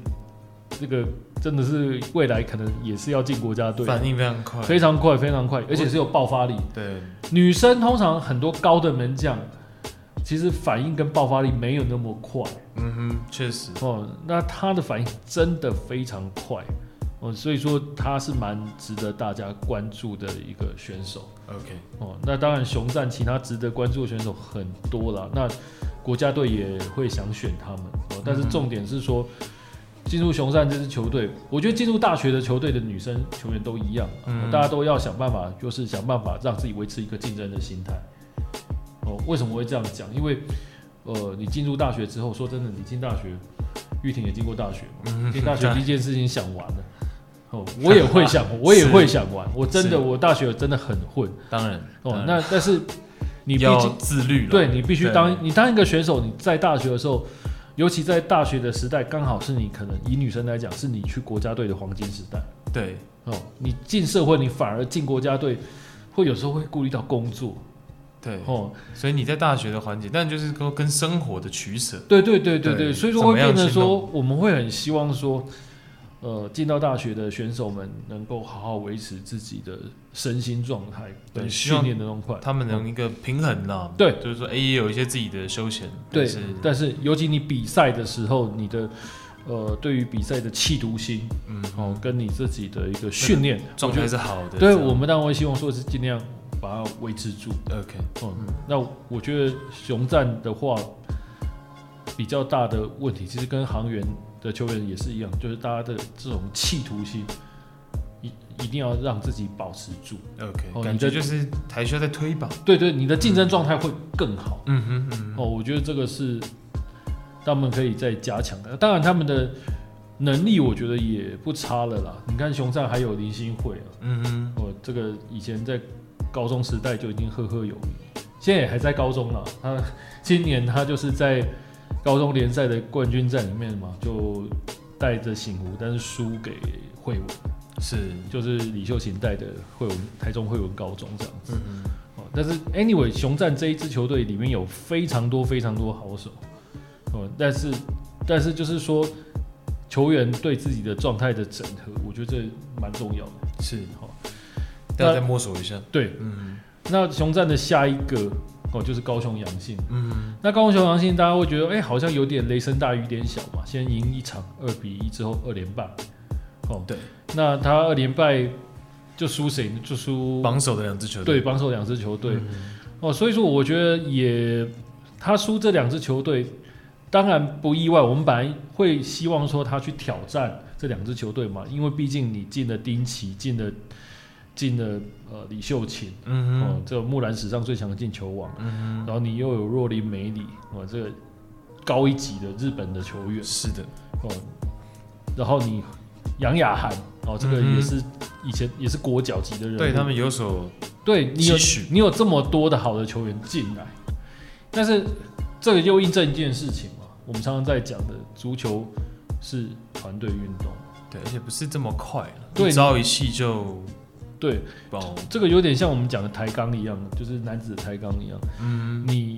[SPEAKER 2] 这个真的是未来可能也是要进国家队，
[SPEAKER 1] 反应非常快，
[SPEAKER 2] 非常快，非常快，而且是有爆发力。
[SPEAKER 1] 对，
[SPEAKER 2] 女生通常很多高的门将，其实反应跟爆发力没有那么快
[SPEAKER 1] 嗯哼，确实，
[SPEAKER 2] 哦，那她的反应真的非常快哦，所以说她是蛮值得大家关注的一个选手。
[SPEAKER 1] OK，
[SPEAKER 2] 哦，那当然，熊战其他值得关注的选手很多啦。那国家队也会想选他们，哦、但是
[SPEAKER 1] 嗯
[SPEAKER 2] 重点是说，进入熊战这支球队，我觉得进入大学的球队的女生球员都一样、啊
[SPEAKER 1] 嗯
[SPEAKER 2] 哦大家都要想办法，就是想办法让自己维持一个竞争的心态。哦，为什么会这样讲？因为呃，你进入大学之后，说真的，你进大学，玉婷也进过大学嘛，
[SPEAKER 1] 嗯
[SPEAKER 2] 进大学第一件事情想玩了。哦，我也会想，我也会想玩。我真
[SPEAKER 1] 是
[SPEAKER 2] 的，我大学真的很混。
[SPEAKER 1] 当然，当
[SPEAKER 2] 哦
[SPEAKER 1] 然，
[SPEAKER 2] 那但是你毕
[SPEAKER 1] 要
[SPEAKER 2] 竟
[SPEAKER 1] 自律了，
[SPEAKER 2] 对你必须
[SPEAKER 1] 对
[SPEAKER 2] 当你当一个选手，你在大学的时候，尤其在大学的时代，刚好是你可能以女生来讲，是你去国家队的黄金时代
[SPEAKER 1] 对，
[SPEAKER 2] 哦。你进社会，你反而进国家队，会有时候会顾虑到工作
[SPEAKER 1] 对，
[SPEAKER 2] 哦。
[SPEAKER 1] 所以你在大学的环节，但就是跟跟生活的取舍，
[SPEAKER 2] 对对对对
[SPEAKER 1] 对
[SPEAKER 2] 对，所以
[SPEAKER 1] 怎
[SPEAKER 2] 说
[SPEAKER 1] 么
[SPEAKER 2] 会变
[SPEAKER 1] 样
[SPEAKER 2] 成
[SPEAKER 1] 去
[SPEAKER 2] 说，我们会很希望说，呃，进到大学的选手们能够好好维持自己的身心状态
[SPEAKER 1] 对
[SPEAKER 2] 跟
[SPEAKER 1] 希望
[SPEAKER 2] 训练的状态。
[SPEAKER 1] 他们能一个平衡啦。
[SPEAKER 2] 对
[SPEAKER 1] 就是说，哎，也有一些自己的休闲，
[SPEAKER 2] 对
[SPEAKER 1] 但是，
[SPEAKER 2] 但是尤其你比赛的时候，你的呃对于比赛的企图心
[SPEAKER 1] 嗯，
[SPEAKER 2] 哦，跟你自己的一个训练，
[SPEAKER 1] 状
[SPEAKER 2] 我觉
[SPEAKER 1] 态
[SPEAKER 2] 得
[SPEAKER 1] 是好的。
[SPEAKER 2] 对
[SPEAKER 1] 这样
[SPEAKER 2] 我们当然会希望说是尽量把它维持住。
[SPEAKER 1] OK，
[SPEAKER 2] 哦、
[SPEAKER 1] 嗯
[SPEAKER 2] 那我觉得熊战的话，比较大的问题其实跟航员的球员也是一样，就是大家的这种企图心。一一定要让自己保持住，
[SPEAKER 1] OK，、
[SPEAKER 2] 哦
[SPEAKER 1] 感
[SPEAKER 2] 你
[SPEAKER 1] 觉
[SPEAKER 2] 的
[SPEAKER 1] 就是还需要再推吧。
[SPEAKER 2] 对对，你的竞争状态会更好。
[SPEAKER 1] 嗯哼嗯
[SPEAKER 2] 哦，我觉得这个是他们可以再加强的。当然，他们的能力我觉得也不差了啦。你看熊战还有林心慧啊，
[SPEAKER 1] 嗯哼，
[SPEAKER 2] 哦，这个以前在高中时代就已经赫赫有名，现在也还在高中了。他今年他就是在高中联赛的冠军战里面嘛，就带着醒湖，但是输给惠文，
[SPEAKER 1] 是，
[SPEAKER 2] 就是李秀琴带的惠文台中惠文高中这样子。
[SPEAKER 1] 嗯嗯，
[SPEAKER 2] 哦，但是 anyway，熊战这一支球队里面有非常多非常多好手，哦，但是但是就是说球员对自己的状态的整合，我觉得这蛮重要的。哦
[SPEAKER 1] 是
[SPEAKER 2] 好，
[SPEAKER 1] 大家再摸索一下，
[SPEAKER 2] 对，
[SPEAKER 1] 嗯
[SPEAKER 2] 那熊战的下一个哦就是高雄阳性，
[SPEAKER 1] 嗯，
[SPEAKER 2] 那高雄雄阳性大家会觉得哎、好像有点雷声大雨点小嘛，先赢一场二比一之后二连败，哦，
[SPEAKER 1] 对，
[SPEAKER 2] 那他二连败就输谁呢？就输
[SPEAKER 1] 榜首的两支球
[SPEAKER 2] 对
[SPEAKER 1] 队，
[SPEAKER 2] 榜首两支球队。
[SPEAKER 1] 嗯
[SPEAKER 2] 哦，所以说我觉得也他输这两支球队，当然不意外。我们本来会希望说他去挑战这两支球队嘛，因为毕竟你进了丁奇，进了进了呃李秀琴，
[SPEAKER 1] 嗯
[SPEAKER 2] 哦
[SPEAKER 1] 哼，
[SPEAKER 2] 这木兰史上最强的进球王，啊
[SPEAKER 1] 嗯
[SPEAKER 2] 然后你又有若林美里，哦这个高一级的日本的球员
[SPEAKER 1] 哼，，是的，
[SPEAKER 2] 哦，然后你杨雅涵，哦这个
[SPEAKER 1] 嗯哼
[SPEAKER 2] 也是以前也是国脚级的人物，
[SPEAKER 1] 对他们有所
[SPEAKER 2] 对你有
[SPEAKER 1] 期许
[SPEAKER 2] 你有这么多的好的球员进来，但是这个又印证一件事情嘛，我们常常在讲的，足球是团队运动。
[SPEAKER 1] 对，而且不是这么快了，
[SPEAKER 2] 对
[SPEAKER 1] 一招一气就
[SPEAKER 2] 对，
[SPEAKER 1] 爆，
[SPEAKER 2] 这个有点像我们讲的抬杠一样，就是男子的抬杠一样，
[SPEAKER 1] 嗯，
[SPEAKER 2] 你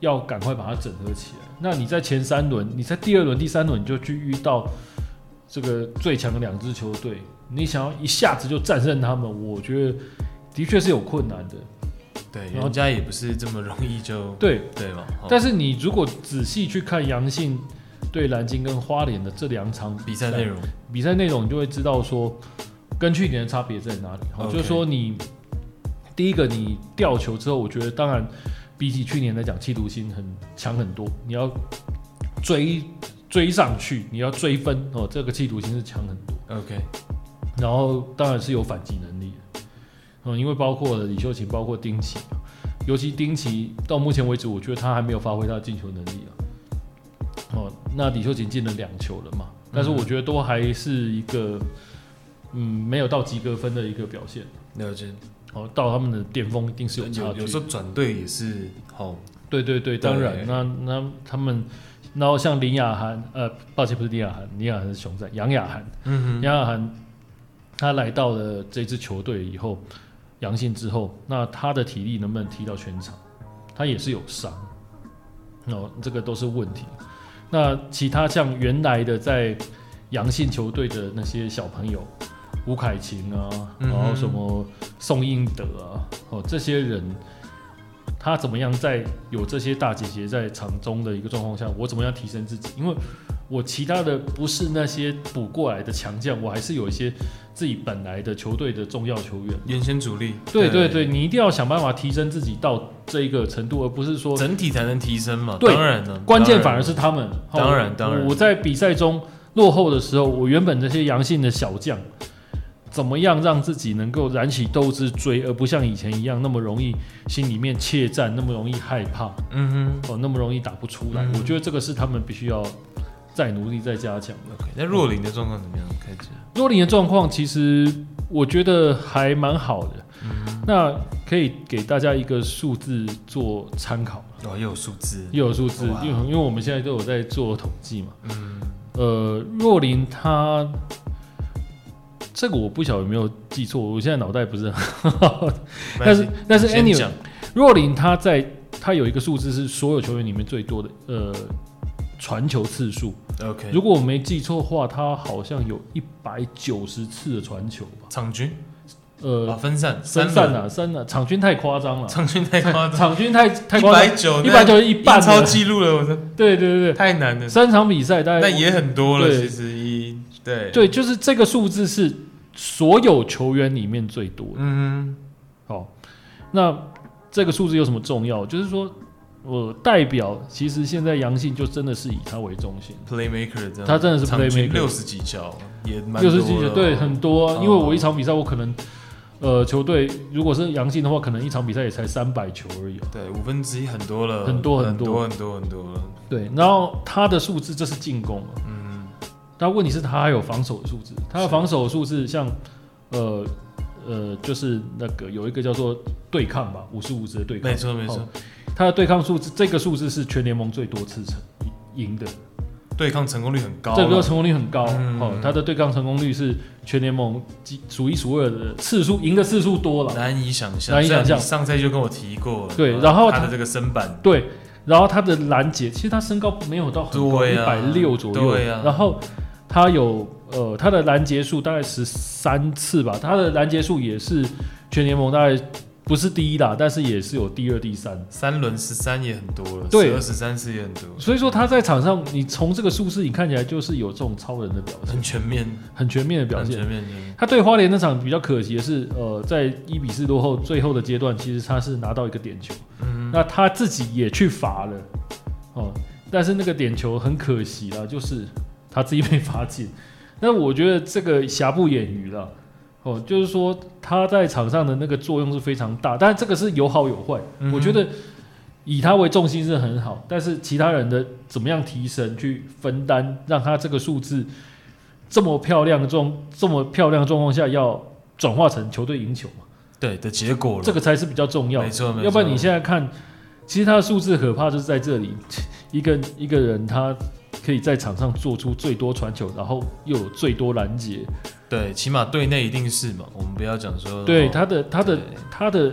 [SPEAKER 2] 要赶快把它整合起来。那你在前三轮，你在第二轮、第三轮你就去遇到这个最强的两支球队，你想要一下子就战胜他们，我觉得的确是有困难的。
[SPEAKER 1] 对，
[SPEAKER 2] 然后
[SPEAKER 1] 人家也不是这么容易就
[SPEAKER 2] 对，
[SPEAKER 1] 对嘛，哦
[SPEAKER 2] 但是你如果仔细去看阳性对南京跟花莲的这两场
[SPEAKER 1] 比赛内容，
[SPEAKER 2] 比赛内容，你就会知道说跟去年的差别在哪里。好
[SPEAKER 1] OK
[SPEAKER 2] 就是说你第一个你吊球之后，我觉得当然比起去年来讲，企图心很强很多，你要追追上去，你要追分哦，这个企图心是强很多。
[SPEAKER 1] OK，
[SPEAKER 2] 然后当然是有反击能力的，嗯，因为包括李秀琴，包括丁奇，尤其丁奇到目前为止，我觉得他还没有发挥他的进球能力啊。哦，那李秀琴进了两球了嘛，但是我觉得都还是一个，嗯，没有到及格分的一个表现。
[SPEAKER 1] 了解。
[SPEAKER 2] 哦，到他们的巅峰一定是有差
[SPEAKER 1] 有
[SPEAKER 2] 距
[SPEAKER 1] 有。时候转队也是好，
[SPEAKER 2] 对对对，当然，那那他们，然后像林雅涵，呃，抱歉，不是林雅涵，林雅涵是熊仔，杨雅涵。
[SPEAKER 1] 嗯
[SPEAKER 2] 杨雅涵他来到了这支球队以后，阳性之后，那他的体力能不能踢到全场？他也是有伤，哦，这个都是问题。那其他像原来的在阳性球队的那些小朋友，吴凯琴啊，
[SPEAKER 1] 嗯哼
[SPEAKER 2] 然后什么宋应德啊，哦，这些人。他怎么样在有这些大姐姐在场中的一个状况下，我怎么样提升自己？因为我其他的不是那些补过来的强将，我还是有一些自己本来的球队的重要球员。
[SPEAKER 1] 原先主力，
[SPEAKER 2] 对对对，，你一定要想办法提升自己到这一个程度，而不是说
[SPEAKER 1] 整体才能提升嘛。
[SPEAKER 2] 对
[SPEAKER 1] 当然了，
[SPEAKER 2] 关键反
[SPEAKER 1] 当
[SPEAKER 2] 而
[SPEAKER 1] 然
[SPEAKER 2] 是他们。哦
[SPEAKER 1] 当然当然
[SPEAKER 2] 我在比赛中落后的时候，我原本这些阳性的小将，怎么样让自己能够燃起斗志追，而不像以前一样那么容易心里面怯战，那么容易害怕，
[SPEAKER 1] 嗯
[SPEAKER 2] 哦，那么容易打不出来。
[SPEAKER 1] 嗯
[SPEAKER 2] 我觉得这个是他们必须要再努力、再加强的。
[SPEAKER 1] 哼，OK。那若琳的状况怎么样？开始，
[SPEAKER 2] 若琳的状况其实我觉得还蛮好的，
[SPEAKER 1] 嗯
[SPEAKER 2] 那可以给大家一个数字做参考，
[SPEAKER 1] 哦，又有数字，
[SPEAKER 2] 又有数字，
[SPEAKER 1] 哇
[SPEAKER 2] 因为因为我们现在都有在做统计嘛。
[SPEAKER 1] 嗯，
[SPEAKER 2] 呃，若琳她这个我不晓得有没有记错，我现在脑袋不是很好，
[SPEAKER 1] 没
[SPEAKER 2] 但
[SPEAKER 1] 关系
[SPEAKER 2] 是但是
[SPEAKER 1] 先
[SPEAKER 2] anyway，
[SPEAKER 1] 讲
[SPEAKER 2] 若琳她在她有一个数字是所有球员里面最多的，呃，传球次数，
[SPEAKER 1] OK，
[SPEAKER 2] 如果我没记错的话，她好像有一百九十次的传球吧。
[SPEAKER 1] 场均
[SPEAKER 2] 呃
[SPEAKER 1] 啊，，分散，
[SPEAKER 2] 分
[SPEAKER 1] 三
[SPEAKER 2] 散
[SPEAKER 1] 轮
[SPEAKER 2] 了，三了，场均太夸张 了，
[SPEAKER 1] 场均太夸张，
[SPEAKER 2] 场均太太
[SPEAKER 1] 一
[SPEAKER 2] 夸张，
[SPEAKER 1] 百九，
[SPEAKER 2] 一百九一半
[SPEAKER 1] 英超
[SPEAKER 2] 了，
[SPEAKER 1] 记录了，我说
[SPEAKER 2] 对对对
[SPEAKER 1] 太难了
[SPEAKER 2] 对，，三场比赛大概
[SPEAKER 1] 但也很多了，
[SPEAKER 2] 对
[SPEAKER 1] 其实一对，
[SPEAKER 2] 对，就是这个数字是所有球员里面最多的。
[SPEAKER 1] 嗯
[SPEAKER 2] 好，那这个数字有什么重要？就是说我代表，其实现在阳性就真的是以他为中心。
[SPEAKER 1] ，playmaker 这样，
[SPEAKER 2] 他真的是
[SPEAKER 1] 场均
[SPEAKER 2] playmaker
[SPEAKER 1] 六十几球，也蛮
[SPEAKER 2] 六
[SPEAKER 1] 多
[SPEAKER 2] 十几
[SPEAKER 1] 的
[SPEAKER 2] 球，
[SPEAKER 1] 哦
[SPEAKER 2] 对，很多、啊。因为
[SPEAKER 1] 哦
[SPEAKER 2] 我一场比赛，我可能，呃，球队如果是阳性的话，可能一场比赛也才三百球而已、哦。
[SPEAKER 1] 对，五分之一很多了，
[SPEAKER 2] 很多
[SPEAKER 1] 很
[SPEAKER 2] 很
[SPEAKER 1] 多
[SPEAKER 2] 多
[SPEAKER 1] 很多很多了，
[SPEAKER 2] 对，然后他的数字这是进攻啊
[SPEAKER 1] 嗯，
[SPEAKER 2] 但问题是，他还有防守的数字，他的
[SPEAKER 1] 是
[SPEAKER 2] 防守的数字像，呃呃，就是那个有一个叫做对抗吧，五十五值的对抗，
[SPEAKER 1] 没错没错
[SPEAKER 2] 哦，它的对抗数字，这个数字是全联盟最多次成赢的，
[SPEAKER 1] 对抗成功率很高啊了。
[SPEAKER 2] 这个成功率很高、
[SPEAKER 1] 嗯
[SPEAKER 2] 哦，它的对抗成功率是全联盟几数一数二的次数，赢的次数多了。
[SPEAKER 1] 难以想象，
[SPEAKER 2] 啊难以想象
[SPEAKER 1] 虽然你上赛就跟我提过了，
[SPEAKER 2] 对
[SPEAKER 1] 啊
[SPEAKER 2] 然后
[SPEAKER 1] 他
[SPEAKER 2] 他
[SPEAKER 1] 的这个身板，
[SPEAKER 2] 对，然后他的拦截，其实他身高没有到很高，
[SPEAKER 1] 对
[SPEAKER 2] 一
[SPEAKER 1] 啊
[SPEAKER 2] 百六左右。
[SPEAKER 1] 对啊
[SPEAKER 2] 然后他有呃，他的拦截数大概十三次吧，他的拦截数也是全联盟大概不是第一啦，但是也是有第二、第三。
[SPEAKER 1] 三轮十三也很多了，
[SPEAKER 2] 对
[SPEAKER 1] 十二十三次也很多，
[SPEAKER 2] 所以说他在场上，你从这个数字，你看起来就是有这种超人的表现
[SPEAKER 1] 很，全面，
[SPEAKER 2] 很全面的表
[SPEAKER 1] 很
[SPEAKER 2] 现。
[SPEAKER 1] 全面，全面
[SPEAKER 2] 他对花莲那场比较可惜的是，呃，在一比四落后最后的阶段，其实他是拿到一个点球，
[SPEAKER 1] 嗯哼，
[SPEAKER 2] 那他自己也去罚了，哦，但是那个点球很可惜啦，就是他自己被罚进。那我觉得这个瑕不掩瑜了，哦，就是说他在场上的那个作用是非常大，但这个是有好有坏。
[SPEAKER 1] 嗯哼
[SPEAKER 2] 我觉得以他为重心是很好，但是其他人的怎么样提升去分担，让他这个数字这么漂亮的状这么漂亮的状况下，要转化成球队赢球嘛，
[SPEAKER 1] 对的结果了，
[SPEAKER 2] 这个才是比较重要的
[SPEAKER 1] 没。错没错，
[SPEAKER 2] 要不然你现在看，其实他的数字可怕就是在这里，一个一个人他可以在场上做出最多传球，然后又有最多拦截，
[SPEAKER 1] 对，起码队内一定是嘛，我们不要讲说，
[SPEAKER 2] 对
[SPEAKER 1] 哦
[SPEAKER 2] 他的他的
[SPEAKER 1] 对
[SPEAKER 2] 他的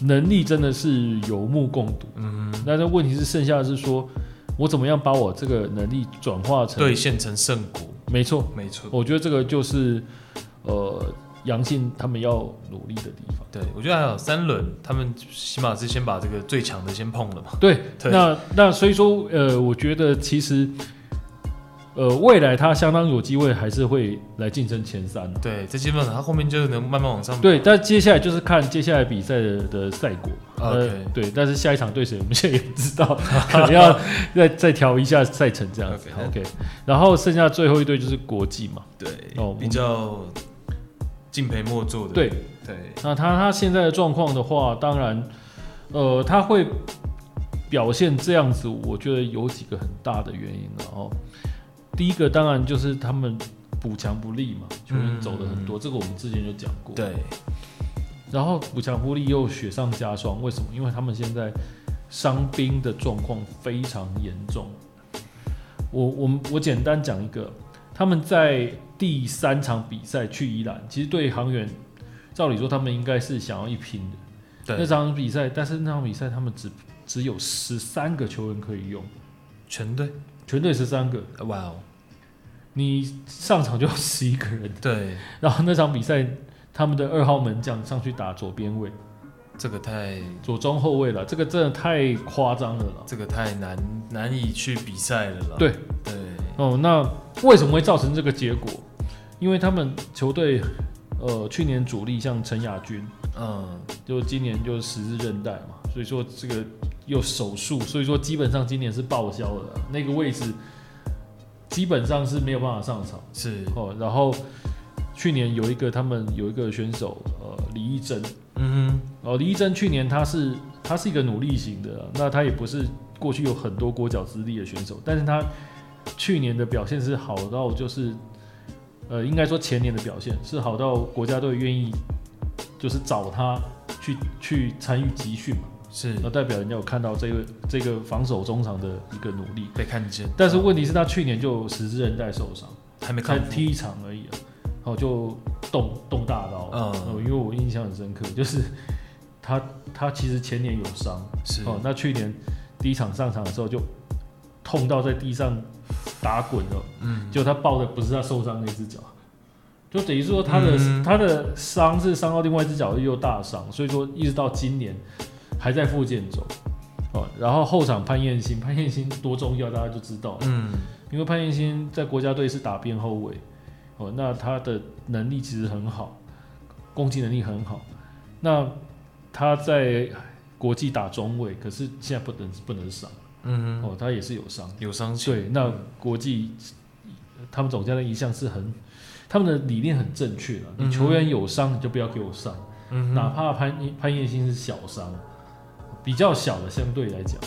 [SPEAKER 2] 能力真的是有目共睹。
[SPEAKER 1] 嗯哼，
[SPEAKER 2] 那这问题是剩下的是说我怎么样把我这个能力转化成
[SPEAKER 1] 兑，现成胜果，
[SPEAKER 2] 没错，
[SPEAKER 1] 没错，
[SPEAKER 2] 我觉得这个就是呃阳性他们要努力的地方。
[SPEAKER 1] 对我觉得还有三轮，他们起码是先把这个最强的先碰了嘛，
[SPEAKER 2] 对，
[SPEAKER 1] 对
[SPEAKER 2] 那那所以说，呃，我觉得其实，呃，未来他相当有机会还是会来竞争前三的。
[SPEAKER 1] 对，这基本上他后面就能慢慢往上，
[SPEAKER 2] 对，但接下来就是看接下来比赛的的赛果。
[SPEAKER 1] OK
[SPEAKER 2] 呃对，但是下一场对谁，我们现在也不 知道，可能要再再调一下赛程这样子。
[SPEAKER 1] OK
[SPEAKER 2] OK，然后剩下最后一队就是国际嘛。
[SPEAKER 1] 对
[SPEAKER 2] 哦我，们
[SPEAKER 1] 比较敬陪莫做的，
[SPEAKER 2] 对，
[SPEAKER 1] 对，
[SPEAKER 2] 那他他现在的状况的话，当然，呃，他会表现这样子，我觉得有几个很大的原因了哦。第一个当然就是他们补强不力嘛，球
[SPEAKER 1] 嗯
[SPEAKER 2] 员走的很多，这个我们之前就讲过。。
[SPEAKER 1] 对，
[SPEAKER 2] 然后补强不力又雪上加霜，为什么？因为他们现在伤兵的状况非常严重。我我们我简单讲一个，他们在第三场比赛去宜兰，其实对航员，照理说他们应该是想要一拼的。那
[SPEAKER 1] 对，
[SPEAKER 2] 场比赛，但是那场比赛他们只只有十三个球员可以用，
[SPEAKER 1] 全队，
[SPEAKER 2] 全队十三个，
[SPEAKER 1] 哇哦，
[SPEAKER 2] 你上场就要十一个人。
[SPEAKER 1] 对，
[SPEAKER 2] 然后那场比赛，他们的二号门将上去打左边位、
[SPEAKER 1] 这个太
[SPEAKER 2] 左中后卫了，这个真的太夸张了啦。
[SPEAKER 1] 这个太难难以去比赛了啦。
[SPEAKER 2] 对
[SPEAKER 1] 对，
[SPEAKER 2] 哦，那为什么会造成这个结果？因为他们球队，呃，去年主力像陈雅君，
[SPEAKER 1] 嗯，
[SPEAKER 2] 就今年就十字韧带嘛，所以说这个又手术，所以说基本上今年是报销的，那个位置基本上是没有办法上场
[SPEAKER 1] 是，
[SPEAKER 2] 哦。然后去年有一个他们有一个选手呃李义珍，
[SPEAKER 1] 嗯
[SPEAKER 2] 哦李义珍去年他是他是一个努力型的，啊那他也不是过去有很多国脚资历的选手，但是他去年的表现是好到就是呃应该说前年的表现是好到国家队愿意就是找他去去参与集训嘛，
[SPEAKER 1] 哼，是
[SPEAKER 2] 那代表人家有看到这个这个防守中场的一个努力。
[SPEAKER 1] 被看见，嗯
[SPEAKER 2] 但是问题是，他去年就十字韧带受伤，
[SPEAKER 1] 还没
[SPEAKER 2] 才
[SPEAKER 1] 看
[SPEAKER 2] 踢一场而已、啊，然后就动动大刀。
[SPEAKER 1] 嗯
[SPEAKER 2] 哦因为我印象很深刻，就是他他其实前年有伤，
[SPEAKER 1] 是，
[SPEAKER 2] 哦，那去年第一场上场的时候就痛到在地上打滚了，
[SPEAKER 1] 嗯，
[SPEAKER 2] 就他抱的不是他受伤那只脚，就等于说他的、
[SPEAKER 1] 嗯
[SPEAKER 2] 他的伤是伤到另外一只脚又大伤，所以说一直到今年还在复健中。哦，然后后场潘彦新，潘彦新多重要大家就知道，
[SPEAKER 1] 嗯，
[SPEAKER 2] 因为潘彦新在国家队是打边后卫，哦，那他的能力其实很好，攻击能力很好。那他在国际打中卫，可是现在不能不能上，
[SPEAKER 1] 嗯哼，
[SPEAKER 2] 哦，他也是有伤。
[SPEAKER 1] 有伤心，
[SPEAKER 2] 对，那国际他们总教练一向是很，他们的理念很正确了。
[SPEAKER 1] 嗯哼
[SPEAKER 2] 你球员有伤，你就不要给我上，
[SPEAKER 1] 嗯
[SPEAKER 2] 哪
[SPEAKER 1] 哼，
[SPEAKER 2] 怕潘潘彦新是小伤，比较小的相对来讲，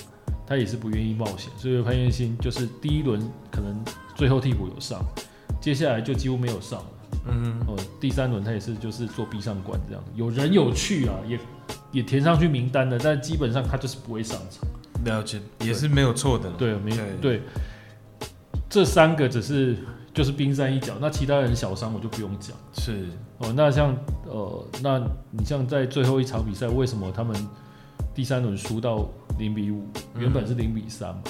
[SPEAKER 2] 他也是不愿意冒险。所以潘彦新就是第一轮可能最后替补有上，接下来就几乎没有上了。
[SPEAKER 1] 嗯哼，
[SPEAKER 2] 哦，第三轮他也是就是做壁上观这样，有人有趣啊，也也填上去名单的，但基本上他就是不会上场。
[SPEAKER 1] 了解，也是没有错的啦。
[SPEAKER 2] 对，没对，这三个只是就是冰山一角，那其他人小伤我就不用讲。
[SPEAKER 1] 是，
[SPEAKER 2] 哦，那像呃，那你像在最后一场比赛，为什么他们第三轮输到零比五？
[SPEAKER 1] 嗯
[SPEAKER 2] 原本是零比三嘛，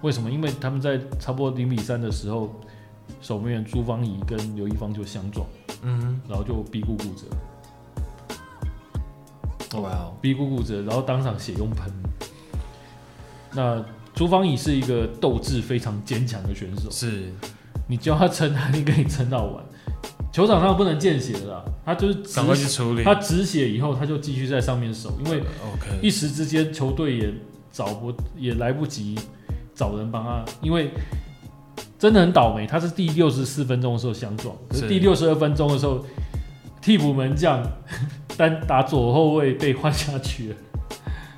[SPEAKER 2] 为什么？因为他们在差不多零比三的时候，守门员朱芳怡跟刘一芳就相撞，
[SPEAKER 1] 嗯
[SPEAKER 2] 然后就逼咕骨折，
[SPEAKER 1] 哼，哇哦，
[SPEAKER 2] 逼咕骨折，然后当场血用喷。那朱芳怡是一个斗志非常坚强的选手，
[SPEAKER 1] 是，
[SPEAKER 2] 你叫他撑，他一定跟你撑到完。球场上不能见血的啦，他就是直
[SPEAKER 1] 赶快去处理。
[SPEAKER 2] 他止血以后，他就继续在上面守，因为
[SPEAKER 1] OK，
[SPEAKER 2] 一时之间球队也找不也来不及找人帮他，因为真的很倒霉，他是第六十四分钟的时候相撞，可是
[SPEAKER 1] 是
[SPEAKER 2] 第六十二分钟的时候，替补门将 单打左后卫被换下去了，